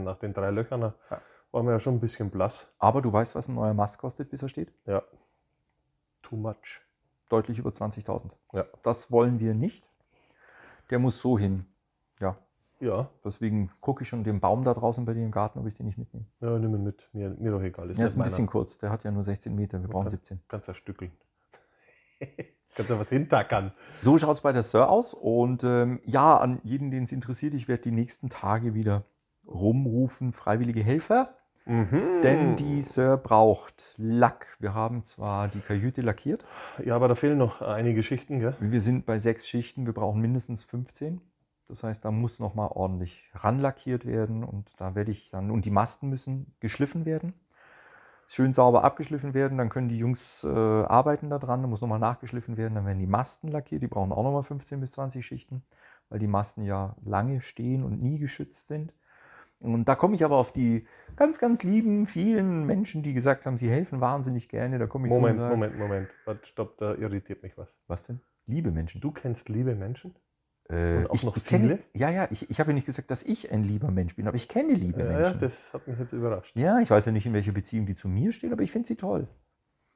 Speaker 2: Ja.
Speaker 1: Nach den drei Löchern da
Speaker 2: Ja.
Speaker 1: waren wir ja schon ein bisschen blass.
Speaker 2: Aber du weißt, was ein neuer Mast kostet, bis er steht?
Speaker 1: Ja. Too much.
Speaker 2: Deutlich über 20.000.
Speaker 1: Ja.
Speaker 2: Das wollen wir nicht. Der muss so hin. Ja,
Speaker 1: Ja,
Speaker 2: deswegen gucke ich schon den Baum da draußen bei dir im Garten, ob ich den nicht mitnehme.
Speaker 1: ja nimm ihn mit. Mir, mir doch egal.
Speaker 2: Der
Speaker 1: nicht
Speaker 2: ist ein
Speaker 1: meiner.
Speaker 2: bisschen kurz. Der hat ja nur 16 Meter. Wir brauchen
Speaker 1: Okay.
Speaker 2: 17.
Speaker 1: Kannst ja stückeln. Kannst ja was hintackern.
Speaker 2: So schaut es bei der Sir aus. Und ähm, ja, an jeden, den es interessiert, ich werde die nächsten Tage wieder rumrufen, freiwillige Helfer. Denn die Sir braucht Lack. Wir haben zwar die Kajüte lackiert.
Speaker 1: Ja, aber da fehlen noch einige Schichten, gell?
Speaker 2: Wir sind bei sechs Schichten. Wir brauchen mindestens 15. Das heißt, da muss nochmal ordentlich ranlackiert werden. Und da werde ich dann, und die Masten müssen geschliffen werden. Schön sauber abgeschliffen werden, dann können die Jungs äh, arbeiten da dran, dann muss nochmal nachgeschliffen werden, dann werden die Masten lackiert, die brauchen auch nochmal 15 bis 20 Schichten, weil die Masten ja lange stehen und nie geschützt sind. Und da komme ich aber auf die ganz, ganz lieben, vielen Menschen, die gesagt haben, sie helfen wahnsinnig gerne. Da komme ich
Speaker 1: Moment,
Speaker 2: zu und sage,
Speaker 1: Moment, Moment. Warte, stopp, da irritiert mich was.
Speaker 2: Was denn? Liebe Menschen.
Speaker 1: Du kennst liebe Menschen?
Speaker 2: Äh,
Speaker 1: Und auch
Speaker 2: ich
Speaker 1: noch
Speaker 2: kenne,
Speaker 1: viele?
Speaker 2: Ja, ja, ich, ich habe ja nicht gesagt, dass ich ein lieber Mensch bin, aber ich kenne liebe
Speaker 1: Ja, ja,
Speaker 2: Menschen.
Speaker 1: das hat mich jetzt überrascht.
Speaker 2: ja, ich weiß ja nicht, in welcher Beziehung die zu mir stehen, aber ich finde sie toll.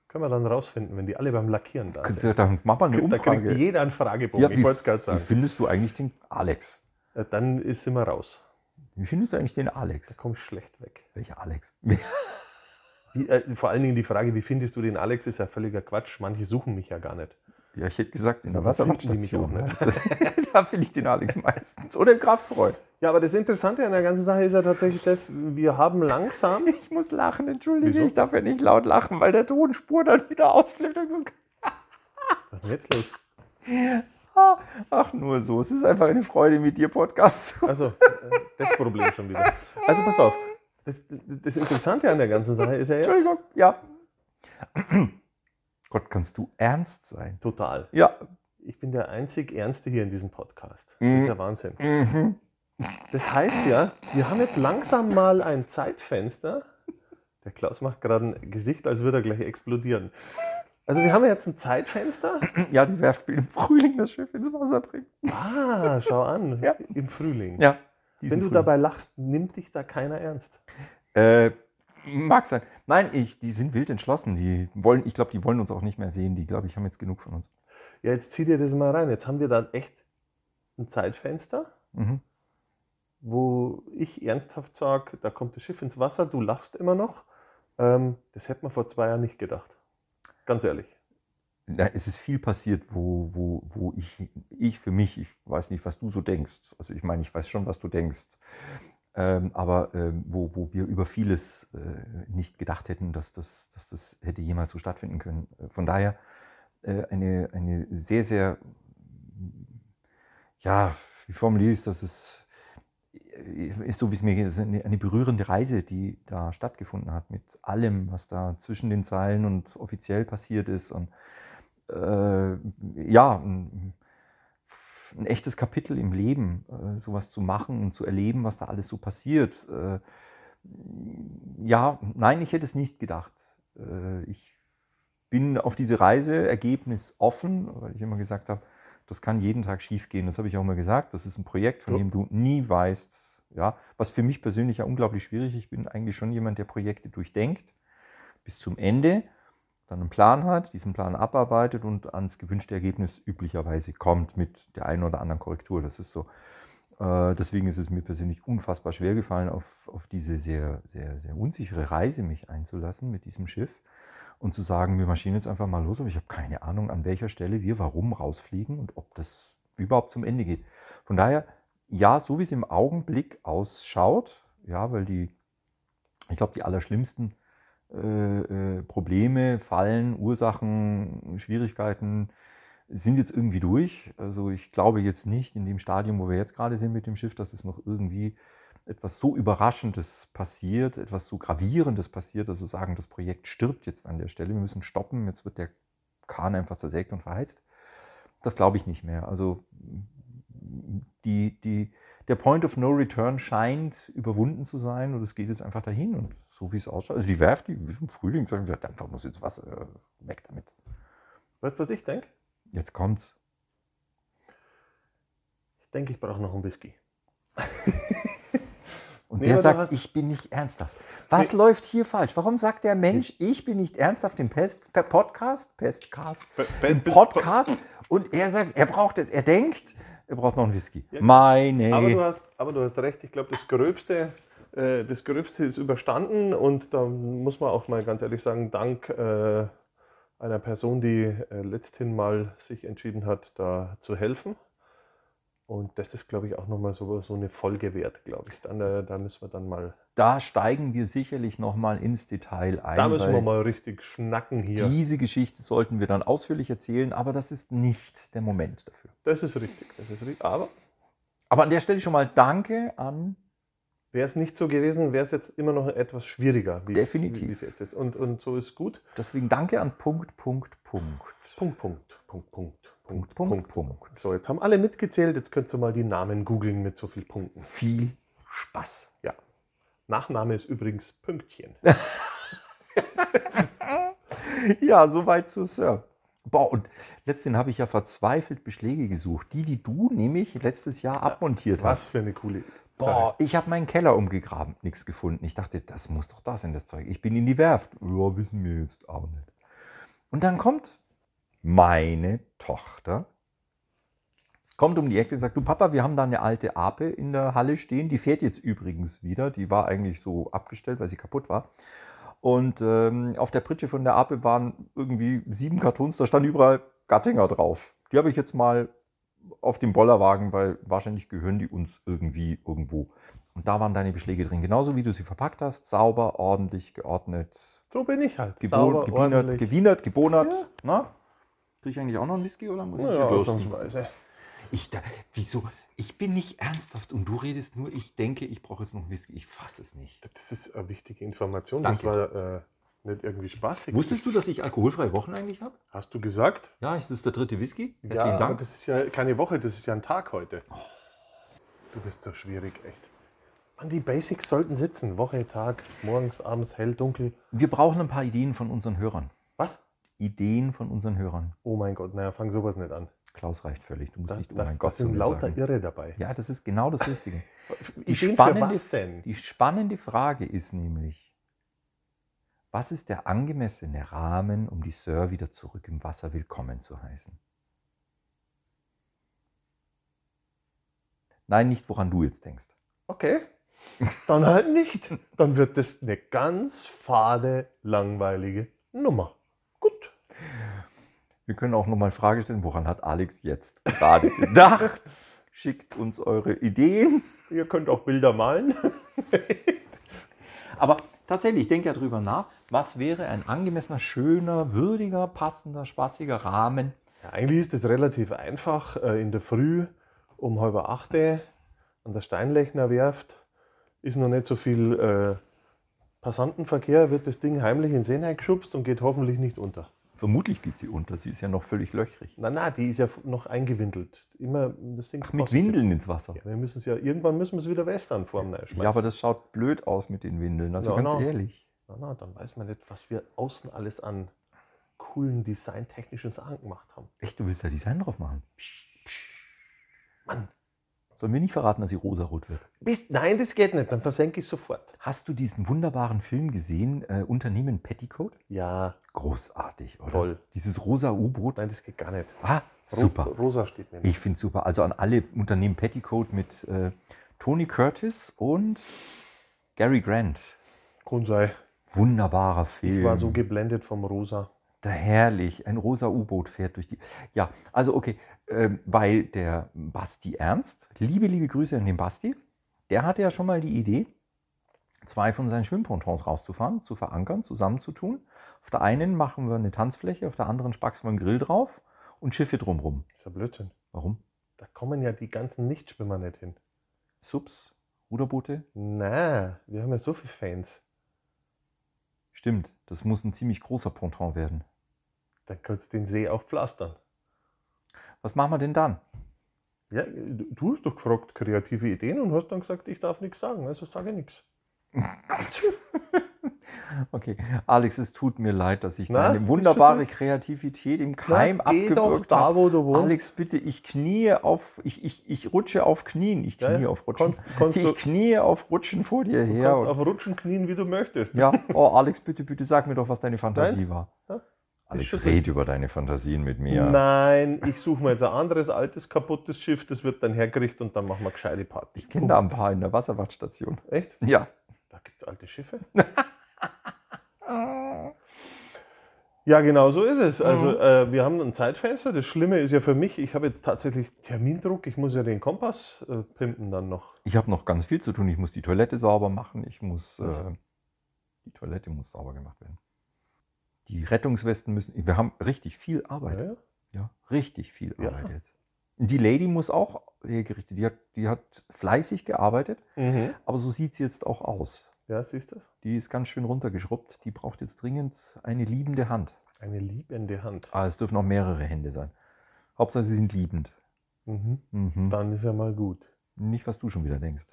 Speaker 1: Können wir dann rausfinden, wenn die alle beim Lackieren da sind.
Speaker 2: Also, dann mach mal eine
Speaker 1: Da kriegt
Speaker 2: Umfrage.
Speaker 1: jeder einen Fragebogen. ich wollte es gerade
Speaker 2: Wie
Speaker 1: sagen.
Speaker 2: findest du eigentlich den Alex?
Speaker 1: Ja, dann ist immer raus.
Speaker 2: Wie findest du eigentlich den Alex?
Speaker 1: Da komme ich schlecht weg.
Speaker 2: Welcher Alex?
Speaker 1: Wie, äh, vor allen Dingen die Frage, wie findest du den Alex, ist ja völliger Quatsch. Manche suchen mich ja gar nicht.
Speaker 2: Ja, ich hätte gesagt, in der
Speaker 1: Aber finden die mich
Speaker 2: Wasserrachtstation. ne? da finde ich den Alex meistens. Oder im Grafbräu.
Speaker 1: Ja, aber das Interessante an der ganzen Sache ist ja tatsächlich, dass wir haben langsam
Speaker 2: Ich muss lachen, entschuldige,
Speaker 1: Wieso?
Speaker 2: ich darf ja nicht laut lachen, weil der Tonspur dann wieder ausflippt. Ich muss...
Speaker 1: Was ist denn jetzt los?
Speaker 2: Ah, Ach, nur so. Es ist einfach eine Freude, mit dir Podcast zu
Speaker 1: Also, äh, das Problem schon wieder. Also, pass auf. Das, das Interessante an der ganzen Sache ist ja jetzt
Speaker 2: Entschuldigung, ja. Gott, kannst du ernst sein?
Speaker 1: total.
Speaker 2: Ja.
Speaker 1: Ich bin der einzig Ernste hier in diesem Podcast.
Speaker 2: Mhm.
Speaker 1: Das ist ja Wahnsinn. Das heißt ja, wir haben jetzt langsam mal ein Zeitfenster. Der Klaus macht gerade ein Gesicht, als würde er gleich explodieren. Also, wir haben ja jetzt ein Zeitfenster.
Speaker 2: Ja, die Werft will im Frühling das Schiff ins Wasser bringen.
Speaker 1: Ah, schau an.
Speaker 2: Ja.
Speaker 1: Im Frühling.
Speaker 2: Ja.
Speaker 1: Wenn du dabei lachst, nimmt dich da keiner ernst.
Speaker 2: Äh, mag sein. Nein, ich, die sind wild entschlossen. Die wollen, ich glaube, die wollen uns auch nicht mehr sehen. Die, glaube ich, haben jetzt genug von uns.
Speaker 1: Ja, jetzt zieh dir das mal rein. Jetzt haben wir dann echt ein Zeitfenster,
Speaker 2: Mhm.
Speaker 1: wo ich ernsthaft sage, da kommt das Schiff ins Wasser, du lachst immer noch. Ähm, das hätte man vor zwei Jahren nicht gedacht. Ganz ehrlich.
Speaker 2: Na, es ist viel passiert, wo, wo, wo ich, ich für mich, ich weiß nicht, was du so denkst. Also ich meine, ich weiß schon, was du denkst. Ähm, aber ähm, wo, wo wir über vieles äh, nicht gedacht hätten, dass das, dass das hätte jemals so stattfinden können. Äh, Von daher äh, eine, eine sehr, sehr, ja, wie formuliere ich das? Es äh, ist so, wie es mir geht, es ist eine, eine berührende Reise, die da stattgefunden hat, mit allem, was da zwischen den Zeilen und offiziell passiert ist. Und äh, ja, ein, ein echtes Kapitel im Leben, äh, sowas zu machen und zu erleben, was da alles so passiert. Äh, ja, nein, ich hätte es nicht gedacht. Äh, ich bin auf diese Reise ergebnisoffen, weil ich immer gesagt habe, das kann jeden Tag schiefgehen. Das habe ich auch immer gesagt. Das ist ein Projekt, von
Speaker 1: Ja.
Speaker 2: dem du nie weißt. Ja, was für mich persönlich ja unglaublich schwierig. ist. Ich bin eigentlich schon jemand, der Projekte durchdenkt bis zum Ende, dann einen Plan hat, diesen Plan abarbeitet und ans gewünschte Ergebnis üblicherweise kommt mit der einen oder anderen Korrektur. Das ist so. Äh, Deswegen ist es mir persönlich unfassbar schwer gefallen, auf, auf diese sehr, sehr, sehr unsichere Reise mich einzulassen mit diesem Schiff und zu sagen, wir marschieren jetzt einfach mal los, aber ich habe keine Ahnung, an welcher Stelle wir warum rausfliegen und ob das überhaupt zum Ende geht. Von daher, ja, so wie es im Augenblick ausschaut, ja, weil die, ich glaube, die allerschlimmsten äh, äh, Probleme, Fallen, Ursachen, Schwierigkeiten sind jetzt irgendwie durch. Also ich glaube jetzt nicht in dem Stadium, wo wir jetzt gerade sind mit dem Schiff, dass es noch irgendwie etwas so Überraschendes passiert, etwas so Gravierendes passiert, dass wir sagen, das Projekt stirbt jetzt an der Stelle, wir müssen stoppen, jetzt wird der Kahn einfach zersägt und verheizt. Das glaube ich nicht mehr. Also die, die, der Point of No Return scheint überwunden zu sein und es geht jetzt einfach dahin und so wie es ausschaut. Also die werft die wie im Frühling, sagen wir, einfach muss jetzt was, äh, weg damit.
Speaker 1: Weißt du, was ich denke?
Speaker 2: Jetzt kommt's.
Speaker 1: Ich denke, ich brauche noch einen Whisky.
Speaker 2: Und
Speaker 1: Nee,
Speaker 2: der
Speaker 1: aber du
Speaker 2: sagt,
Speaker 1: hast-
Speaker 2: ich bin nicht ernsthaft. Was läuft hier falsch? Warum sagt der Mensch, ich bin nicht ernsthaft im Pest, per Podcast, Pestcast,
Speaker 1: pe-
Speaker 2: im
Speaker 1: pe-
Speaker 2: Podcast und er sagt, er braucht es, er denkt, er braucht noch einen Whisky. Meine.
Speaker 1: Aber, du hast, aber du hast recht, ich glaube, das Gröbste, äh, das Gröbste ist überstanden und da muss man auch mal ganz ehrlich sagen, dank äh, einer Person, die äh, letzthin mal sich entschieden hat, da zu helfen. Und das ist, glaube ich, auch nochmal so, so eine Folge wert, glaube ich. Dann, äh, da müssen wir dann mal,
Speaker 2: da steigen wir sicherlich nochmal ins Detail ein.
Speaker 1: da müssen
Speaker 2: weil
Speaker 1: wir mal richtig schnacken hier.
Speaker 2: Diese Geschichte sollten wir dann ausführlich erzählen, aber das ist nicht der Moment dafür.
Speaker 1: Das ist richtig, das ist richtig. Aber
Speaker 2: Aber an der Stelle schon mal Danke an
Speaker 1: wäre es nicht so gewesen, wäre es jetzt immer noch etwas schwieriger, wie es
Speaker 2: Definitiv.
Speaker 1: wie es jetzt ist. Und, und so ist gut.
Speaker 2: Deswegen danke an Punkt, Punkt, Punkt.
Speaker 1: Punkt, Punkt, Punkt, Punkt,
Speaker 2: Punkt,
Speaker 1: Punkt, Punkt.
Speaker 2: Punkt.
Speaker 1: So, jetzt haben alle mitgezählt. Jetzt könnt ihr mal die Namen googeln mit so viel Punkten.
Speaker 2: Viel Spaß.
Speaker 1: Ja. Nachname ist übrigens Pünktchen.
Speaker 2: Ja, soweit zu Sir. Boah, und letztendlich habe ich ja verzweifelt Beschläge gesucht. Die, die du nämlich letztes Jahr abmontiert hast.
Speaker 1: Was für eine coole Sache.
Speaker 2: Boah, ich habe meinen Keller umgegraben, nichts gefunden. Ich dachte, das muss doch da sein, das Zeug. Ich bin in die Werft. Ja, wissen wir jetzt auch nicht. Und dann kommt meine Tochter, kommt um die Ecke und sagt, du Papa, wir haben da eine alte Ape in der Halle stehen. Die fährt jetzt übrigens wieder. Die war eigentlich so abgestellt, weil sie kaputt war. Und ähm, auf der Pritsche von der Ape waren irgendwie sieben Kartons, da stand überall Gattinger drauf. Die habe ich jetzt mal auf dem Bollerwagen, weil wahrscheinlich gehören die uns irgendwie irgendwo. Und da waren deine Beschläge drin, genauso wie du sie verpackt hast, sauber, ordentlich, geordnet,
Speaker 1: So bin ich halt.
Speaker 2: gebo-
Speaker 1: Sauber,
Speaker 2: gewienert,
Speaker 1: ordentlich.
Speaker 2: gewienert, gebonert. Na? Krieg ich eigentlich auch noch einen Whisky oder muss ich
Speaker 1: Ja,
Speaker 2: hier durch?
Speaker 1: ausnahmsweise.
Speaker 2: Ich da, wieso? Ich bin nicht ernsthaft und du redest nur, ich denke, ich brauche jetzt noch einen Whisky. Ich fasse es nicht.
Speaker 1: Das ist eine wichtige Information. Das
Speaker 2: Danke.
Speaker 1: war äh, nicht irgendwie spaßig.
Speaker 2: Wusstest du, dass ich alkoholfreie Wochen eigentlich habe?
Speaker 1: Hast du gesagt?
Speaker 2: Ja, das ist der dritte Whisky.
Speaker 1: Ja, aber das ist ja keine Woche, das ist ja ein Tag heute.
Speaker 2: Oh.
Speaker 1: Du bist so schwierig, echt. Mann, die Basics sollten sitzen. Woche, Tag, morgens, abends, hell, dunkel.
Speaker 2: Wir brauchen ein paar Ideen von unseren Hörern.
Speaker 1: Was?
Speaker 2: Ideen von unseren Hörern.
Speaker 1: Oh mein Gott, naja, fang sowas nicht an.
Speaker 2: Klaus reicht völlig. Du musst
Speaker 1: Das,
Speaker 2: nicht, oh
Speaker 1: das,
Speaker 2: mein
Speaker 1: das
Speaker 2: Gott, so
Speaker 1: sind
Speaker 2: viel
Speaker 1: lauter
Speaker 2: sagen.
Speaker 1: Irre dabei.
Speaker 2: Ja, das ist genau das Richtige. Die
Speaker 1: Ideen für
Speaker 2: spannende,
Speaker 1: was denn?
Speaker 2: die spannende Frage ist nämlich, was ist der angemessene Rahmen, um die Sir wieder zurück im Wasser willkommen zu heißen? Nein, nicht woran du jetzt denkst.
Speaker 1: Okay. Dann halt nicht. Dann wird das eine ganz fade, langweilige Nummer. Gut.
Speaker 2: Wir können auch nochmal Frage stellen, woran hat Alex jetzt gerade gedacht? Schickt uns eure Ideen.
Speaker 1: Ihr könnt auch Bilder malen.
Speaker 2: Aber tatsächlich, ich denke ja drüber nach, was wäre ein angemessener, schöner, würdiger, passender, spaßiger Rahmen?
Speaker 1: Ja, eigentlich ist es relativ einfach. Äh, In der Früh um halb acht an der Steinlechner Werft ist noch nicht so viel äh, Passantenverkehr, wird das Ding heimlich in den See hineingeschubst und geht hoffentlich nicht unter.
Speaker 2: Vermutlich geht sie unter, sie ist ja noch völlig löchrig.
Speaker 1: Na, na, die ist ja noch eingewindelt. Immer das Ding
Speaker 2: Mit
Speaker 1: kostet.
Speaker 2: Windeln ins Wasser.
Speaker 1: Ja, wir müssen es ja, irgendwann müssen wir es wieder ne? wässern vor dem Neuschmeißen.
Speaker 2: Ja, aber das schaut blöd aus mit den Windeln, also
Speaker 1: Ja,
Speaker 2: ganz
Speaker 1: na.
Speaker 2: ehrlich.
Speaker 1: Na, na, dann weiß man nicht, was wir außen alles an coolen designtechnischen Sachen gemacht haben.
Speaker 2: Echt, du willst da Design drauf machen?
Speaker 1: Mann,
Speaker 2: Sollen wir nicht verraten, dass sie rosarot wird?
Speaker 1: bist, nein, das geht nicht, dann versenke ich sofort.
Speaker 2: Hast du diesen wunderbaren Film gesehen, äh, Unternehmen Petticoat?
Speaker 1: Ja,
Speaker 2: Großartig, oder?
Speaker 1: Toll.
Speaker 2: Dieses rosa U-Boot.
Speaker 1: nein, das geht gar nicht.
Speaker 2: Ah,
Speaker 1: Ro-
Speaker 2: super.
Speaker 1: Rosa steht nämlich.
Speaker 2: Ich finde es super. Also an alle Unternehmen Petticoat mit äh, Tony Curtis und Gary Grant.
Speaker 1: Kann sei.
Speaker 2: Wunderbarer Film.
Speaker 1: Ich war so geblendet vom Rosa.
Speaker 2: Da herrlich, ein rosa U-Boot fährt durch die. Ja, also okay, ähm, weil der Basti Ernst, liebe, liebe Grüße an den Basti, der hatte ja schon mal die Idee, zwei von seinen Schwimmpontons rauszufahren, zu verankern, zusammenzutun. Auf der einen machen wir eine Tanzfläche, auf der anderen spacksen wir einen Grill drauf und Schiffe drumrum.
Speaker 1: Ist ja Blödsinn.
Speaker 2: Warum?
Speaker 1: Da kommen ja die ganzen Nichtschwimmer nicht hin.
Speaker 2: Subs, Ruderboote?
Speaker 1: Na, wir haben ja so viele Fans.
Speaker 2: Stimmt, das muss ein ziemlich großer Ponton werden.
Speaker 1: Dann kannst du den See auch pflastern.
Speaker 2: Was machen wir denn dann?
Speaker 1: Ja, du hast doch gefragt, kreative Ideen und hast dann gesagt, ich darf nichts sagen, also sage ich nichts.
Speaker 2: Okay, Alex, es tut mir leid, dass ich
Speaker 1: Na,
Speaker 2: deine
Speaker 1: bist
Speaker 2: wunderbare
Speaker 1: du das?
Speaker 2: Kreativität im Keim
Speaker 1: Na, geh doch
Speaker 2: abgewürgt
Speaker 1: da,
Speaker 2: hab.
Speaker 1: wo du wohnst.
Speaker 2: Alex, bitte, ich knie auf, ich, ich, ich rutsche auf Knien, ich
Speaker 1: Ja,
Speaker 2: knie
Speaker 1: ja.
Speaker 2: auf Rutschen.
Speaker 1: Kannst- kannst du-
Speaker 2: ich knie auf Rutschen vor dir
Speaker 1: Ja,
Speaker 2: her.
Speaker 1: kannst
Speaker 2: Und,
Speaker 1: auf Rutschen knien, wie du möchtest.
Speaker 2: ja, oh Alex, bitte, bitte, sag mir doch, was deine Fantasie war. Alex,
Speaker 1: schon
Speaker 2: red über deine Fantasien mit mir.
Speaker 1: Nein, ich suche mir jetzt ein anderes, altes, kaputtes Schiff, das wird dann hergerichtet und dann machen wir gescheite Party.
Speaker 2: Ich kenne da ein paar in der Wasserwachtstation.
Speaker 1: Echt?
Speaker 2: Ja,
Speaker 1: Da gibt es alte Schiffe. ja, genau so ist es. Also äh, wir haben ein Zeitfenster. Das Schlimme ist ja für mich, ich habe jetzt tatsächlich Termindruck. Ich muss ja den Kompass äh, pimpen dann noch.
Speaker 2: ich habe noch ganz viel zu tun. Ich muss die Toilette sauber machen. Ich muss äh, die Toilette muss sauber gemacht werden. Die Rettungswesten müssen. Wir haben richtig viel Arbeit.
Speaker 1: Ja,
Speaker 2: Ja,
Speaker 1: ja.
Speaker 2: richtig viel
Speaker 1: Ja.
Speaker 2: Arbeit jetzt. Die Lady muss auch hergerichtet. Die hat, die hat fleißig gearbeitet,
Speaker 1: Mhm.
Speaker 2: aber so sieht sie jetzt auch aus.
Speaker 1: ja siehst du das?
Speaker 2: Die ist ganz schön runtergeschrubbt. Die braucht jetzt dringend eine liebende Hand.
Speaker 1: Eine liebende Hand.
Speaker 2: Ah, es dürfen auch mehrere Hände sein. Hauptsache, sie sind liebend.
Speaker 1: Mhm.
Speaker 2: Mhm.
Speaker 1: Dann ist ja mal gut.
Speaker 2: Nicht, was du schon wieder denkst.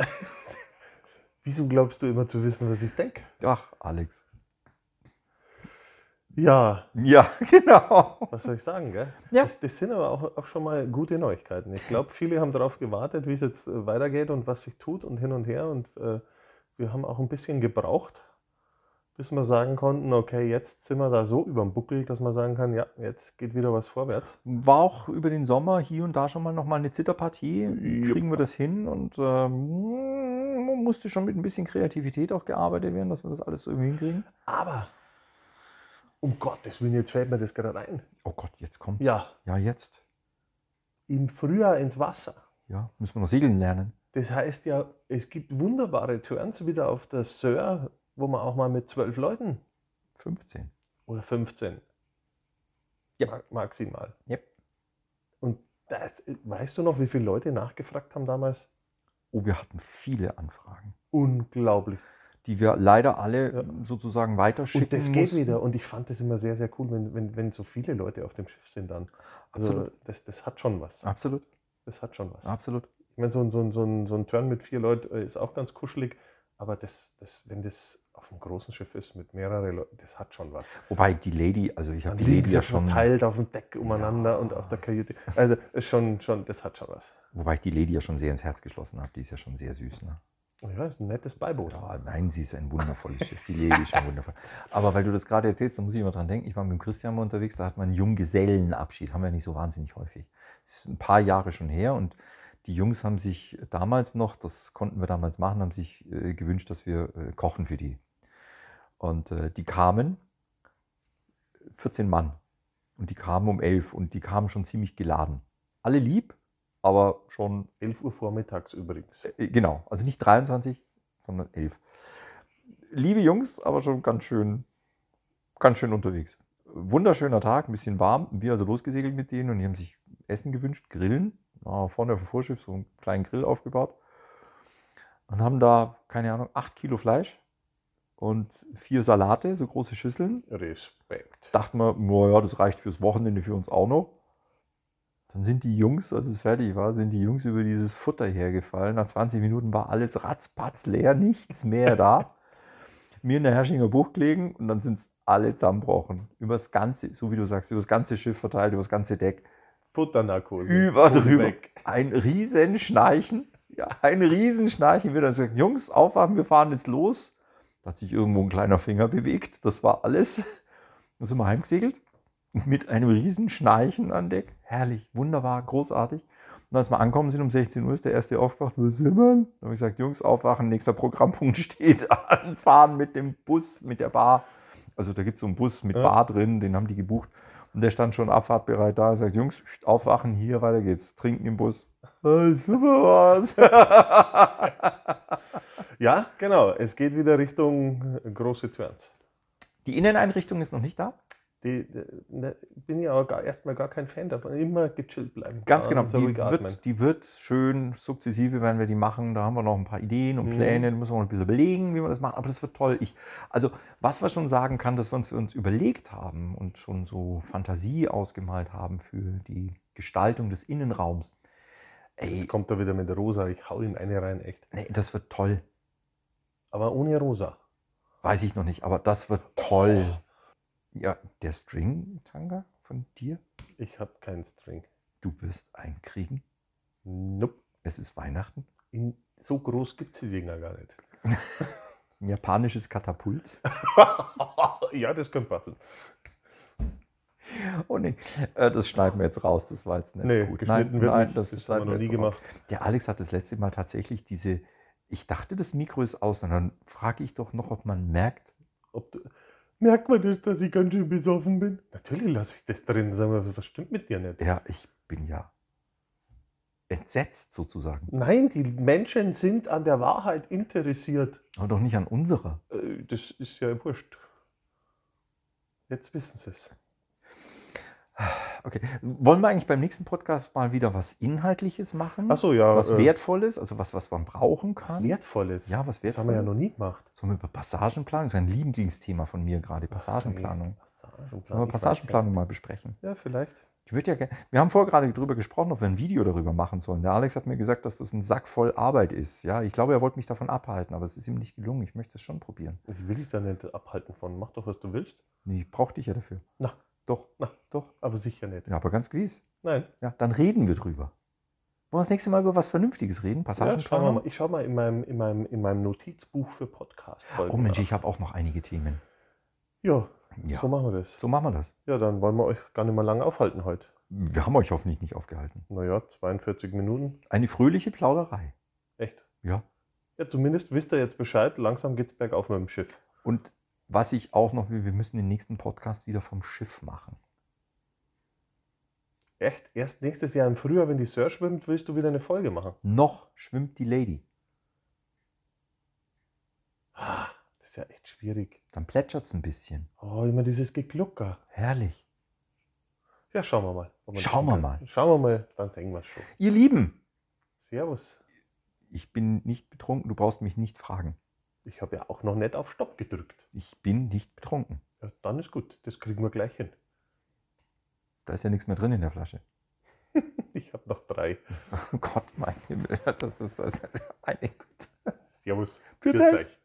Speaker 1: Wieso glaubst du immer zu wissen, was ich denke?
Speaker 2: Ach, Alex.
Speaker 1: Ja,
Speaker 2: Ja, genau.
Speaker 1: was soll ich sagen, gell?
Speaker 2: Ja.
Speaker 1: Das, das sind aber auch, auch schon mal gute Neuigkeiten. Ich glaube, viele haben darauf gewartet, wie es jetzt äh, weitergeht und was sich tut und hin und her. Und äh, wir haben auch ein bisschen gebraucht, bis wir sagen konnten, okay, jetzt sind wir da so über dem Buckel, dass man sagen kann, ja, jetzt geht wieder was vorwärts.
Speaker 2: War auch über den Sommer hier und da schon mal nochmal eine Zitterpartie. Kriegen wir das hin? Und ähm, man musste schon mit ein bisschen Kreativität auch gearbeitet werden, dass wir das alles so irgendwie hinkriegen.
Speaker 1: Aber, um Gottes Willen, jetzt fällt mir das gerade ein.
Speaker 2: Oh Gott, jetzt kommt.
Speaker 1: Ja,
Speaker 2: Ja, jetzt.
Speaker 1: im Frühjahr ins Wasser.
Speaker 2: Ja, müssen wir noch segeln lernen.
Speaker 1: Das heißt ja, es gibt wunderbare Turns wieder auf der Sör, wo man auch mal mit zwölf Leuten
Speaker 2: 15.
Speaker 1: oder 15
Speaker 2: Ja.
Speaker 1: ma- maximal.
Speaker 2: Yep.
Speaker 1: Und das, weißt du noch, wie viele Leute nachgefragt haben damals?
Speaker 2: Oh, wir hatten viele Anfragen,
Speaker 1: Unglaublich.
Speaker 2: die wir leider alle sozusagen weiterschicken
Speaker 1: Und das geht
Speaker 2: mussten.
Speaker 1: wieder. Und ich fand das immer sehr, sehr cool, wenn, wenn, wenn so viele Leute auf dem Schiff sind dann. Also
Speaker 2: Absolut.
Speaker 1: das, das hat schon was.
Speaker 2: Absolut,
Speaker 1: Das hat schon was.
Speaker 2: absolut.
Speaker 1: Ich meine, so ein, so, ein, so, ein, so ein Turn mit vier Leuten äh, ist auch ganz kuschelig. Aber das, das, wenn das auf einem großen Schiff ist mit mehreren Leuten, das hat schon was.
Speaker 2: Wobei die Lady, also ich habe
Speaker 1: Dann
Speaker 2: die
Speaker 1: liegen
Speaker 2: Lady
Speaker 1: sie
Speaker 2: ja schon,
Speaker 1: verteilt auf dem Deck umeinander und auf der Kajüte. Also ist schon, schon, das hat schon was.
Speaker 2: wobei ich die Lady ja schon sehr ins Herz geschlossen habe. Die ist ja schon sehr süß, ne?
Speaker 1: Ja, ist ein nettes Beiboot.
Speaker 2: Ah, nein, sie ist ein wundervolles Schiff. Die Lady ist schon wundervoll. Aber weil du das gerade erzählst, da muss ich immer dran denken. Ich war mit dem Christian mal unterwegs, da hat man einen Junggesellenabschied. Haben wir nicht so wahnsinnig häufig. Das ist ein paar Jahre schon her und die Jungs haben sich damals noch, das konnten wir damals machen, haben sich äh, gewünscht, dass wir äh, kochen für die. Und äh, die kamen, 14 Mann. Und die kamen um 11 und die kamen schon ziemlich geladen. Alle lieb, aber schon
Speaker 1: 11 Uhr vormittags übrigens.
Speaker 2: äh, Genau, also nicht 23, sondern 11. Liebe Jungs, aber schon ganz schön, ganz schön unterwegs. Wunderschöner Tag, ein bisschen warm. Wir also losgesegelt mit denen und die haben sich Essen gewünscht, Grillen. Ah, vorne auf dem Vorschiff so einen kleinen Grill aufgebaut. Und haben da, keine Ahnung, 8 Kilo Fleisch und vier Salate, so große Schüsseln
Speaker 1: Respekt.
Speaker 2: dachten wir, naja, das reicht fürs Wochenende für uns auch noch. Dann sind die Jungs, als es fertig war, sind die Jungs über dieses Futter hergefallen. Nach 20 Minuten war alles ratzpatz leer, nichts mehr da. Mir in der Herschinger Bucht gelegen und dann sind es alle zusammenbrochen. Über das ganze, so wie du sagst, über das ganze Schiff verteilt, über das ganze Deck.
Speaker 1: Futternarkose.
Speaker 2: Über
Speaker 1: Full
Speaker 2: drüber.
Speaker 1: weg.
Speaker 2: Ein Riesenschnarchen. Ja, ein Riesenschnarchen. Wir dann gesagt, Jungs, aufwachen, wir fahren jetzt los. Da hat sich irgendwo ein kleiner Finger bewegt. Das war alles. Dann sind wir heimgesegelt. Mit einem Riesenschnarchen an Deck. Herrlich, wunderbar, großartig. Und als wir ankommen sind um 16 Uhr, ist der erste aufgewacht. Wo sind wir? Dann habe ich gesagt, Jungs, aufwachen, nächster Programmpunkt steht an. Fahren mit dem Bus, mit der Bar. Also da gibt es so einen Bus mit
Speaker 1: Ja.
Speaker 2: Bar drin, den haben die gebucht. Und der stand schon abfahrtbereit da. Er sagt, Jungs, pst, aufwachen, hier, weiter geht's. Trinken im Bus. Ah, super was.
Speaker 1: Ja, genau. Es geht wieder Richtung äh, große Turns.
Speaker 2: Die Inneneinrichtung ist noch nicht da.
Speaker 1: Die, die, ne, bin ja aber gar, erstmal gar kein Fan davon. Immer gechillt bleiben.
Speaker 2: Ganz genau.
Speaker 1: So
Speaker 2: Die
Speaker 1: atmen.
Speaker 2: wird, die wird schön sukzessive, werden wir die machen. Da haben wir noch ein paar Ideen und Pläne. Da müssen wir noch ein bisschen überlegen, wie wir das machen. Aber das wird toll. Ich, also, was wir schon sagen kann, dass wir uns für uns überlegt haben und schon so Fantasie ausgemalt haben für die Gestaltung des Innenraums.
Speaker 1: Jetzt kommt er wieder mit Rosa. Ich hau ihm eine rein, echt.
Speaker 2: Nee, das wird toll.
Speaker 1: Aber ohne Rosa.
Speaker 2: Weiß ich noch nicht, aber das wird toll. Ja, der String-Tanga von dir?
Speaker 1: Ich habe keinen String.
Speaker 2: Du wirst einen kriegen.
Speaker 1: Nope.
Speaker 2: Es ist Weihnachten.
Speaker 1: In, so groß gibt es die Dinger gar nicht.
Speaker 2: Ein japanisches Katapult.
Speaker 1: ja, das könnte passen.
Speaker 2: Oh nee, äh, das schneiden wir jetzt raus. Das war jetzt nicht
Speaker 1: Nee,
Speaker 2: gut.
Speaker 1: geschnitten wird nicht.
Speaker 2: das,
Speaker 1: Das haben wir
Speaker 2: schneiden
Speaker 1: noch
Speaker 2: wir
Speaker 1: nie
Speaker 2: jetzt raus.
Speaker 1: gemacht.
Speaker 2: Der Alex hat das letzte Mal tatsächlich diese. Ich dachte, das Mikro ist aus, und dann frage ich doch noch, ob man merkt.
Speaker 1: Ob du, merkt man das, dass ich ganz schön besoffen bin? Natürlich lasse ich das drin. Sag mal, was stimmt mit dir nicht?
Speaker 2: Ja, ich bin ja entsetzt sozusagen.
Speaker 1: Nein, die Menschen sind an der Wahrheit interessiert.
Speaker 2: Aber doch nicht an unserer.
Speaker 1: Äh, Das ist ja wurscht. Jetzt wissen sie es.
Speaker 2: Okay. Wollen wir eigentlich beim nächsten Podcast mal wieder was Inhaltliches machen?
Speaker 1: Ach so, ja,
Speaker 2: Was
Speaker 1: äh,
Speaker 2: Wertvolles, also was, was man brauchen kann.
Speaker 1: Was Wertvolles.
Speaker 2: Ja, was
Speaker 1: Das haben wir ja
Speaker 2: Wertvolles.
Speaker 1: noch nie gemacht.
Speaker 2: Sollen wir über Passagenplanung? Das ist ein Lieblingsthema von mir gerade, Passagenplanung. Sollen
Speaker 1: Passagenplanung.
Speaker 2: wir Passagenplanung mal besprechen?
Speaker 1: Ja, vielleicht.
Speaker 2: Ich würde ja gerne. Wir haben vorher gerade drüber gesprochen, ob wir ein Video darüber machen sollen. Der Alex hat mir gesagt, dass das ein Sack voll Arbeit ist. Ja, ich glaube, er wollte mich davon abhalten, aber es ist ihm nicht gelungen. Ich möchte es schon probieren.
Speaker 1: Ich will dich da nicht abhalten von. Mach doch, was du willst.
Speaker 2: Nee, ich brauche dich ja dafür.
Speaker 1: Na,
Speaker 2: Doch,
Speaker 1: na,
Speaker 2: doch.
Speaker 1: aber sicher nicht.
Speaker 2: Ja, aber ganz gewiss.
Speaker 1: Nein.
Speaker 2: Ja, dann reden wir drüber. Wollen wir das nächste Mal über was Vernünftiges reden?
Speaker 1: Ja, schauen wir
Speaker 2: Passagenplanung?
Speaker 1: mal. Ich schau mal in meinem, in meinem, in meinem Notizbuch für Podcast.
Speaker 2: oh Mensch, ich habe auch noch einige Themen.
Speaker 1: Ja,
Speaker 2: Ja.
Speaker 1: so machen wir das.
Speaker 2: So machen wir das.
Speaker 1: Ja, dann wollen wir euch gar nicht mehr lange aufhalten heute.
Speaker 2: Wir haben euch hoffentlich nicht aufgehalten.
Speaker 1: Naja, 42 Minuten.
Speaker 2: Eine fröhliche Plauderei.
Speaker 1: Echt.
Speaker 2: Ja.
Speaker 1: Ja, zumindest wisst ihr jetzt Bescheid. Langsam geht's bergauf mit dem Schiff.
Speaker 2: Und was ich auch noch will, wir müssen den nächsten Podcast wieder vom Schiff machen.
Speaker 1: Echt? Erst nächstes Jahr im Frühjahr, wenn die Sir schwimmt, willst du wieder eine Folge machen.
Speaker 2: Noch schwimmt die Lady.
Speaker 1: Das ist ja echt schwierig.
Speaker 2: Dann plätschert es ein bisschen.
Speaker 1: Oh, immer dieses Geglucker.
Speaker 2: Herrlich.
Speaker 1: Ja, schauen wir mal. ob das
Speaker 2: Schauen wir
Speaker 1: hinkriegen.
Speaker 2: mal.
Speaker 1: Schauen wir mal, dann sehen wir es schon.
Speaker 2: Ihr Lieben,
Speaker 1: Servus.
Speaker 2: ich bin nicht betrunken. Du brauchst mich nicht fragen.
Speaker 1: Ich habe ja auch noch nicht auf Stopp gedrückt.
Speaker 2: Ich bin nicht betrunken.
Speaker 1: Ja, dann ist gut. Das kriegen wir gleich hin.
Speaker 2: Da ist ja nichts mehr drin in der Flasche.
Speaker 1: Ich habe noch drei.
Speaker 2: Oh Gott, mein Himmel. Das ist, das ist meine Güte.
Speaker 1: Servus.
Speaker 2: Grüß
Speaker 1: Grüß
Speaker 2: euch.
Speaker 1: euch.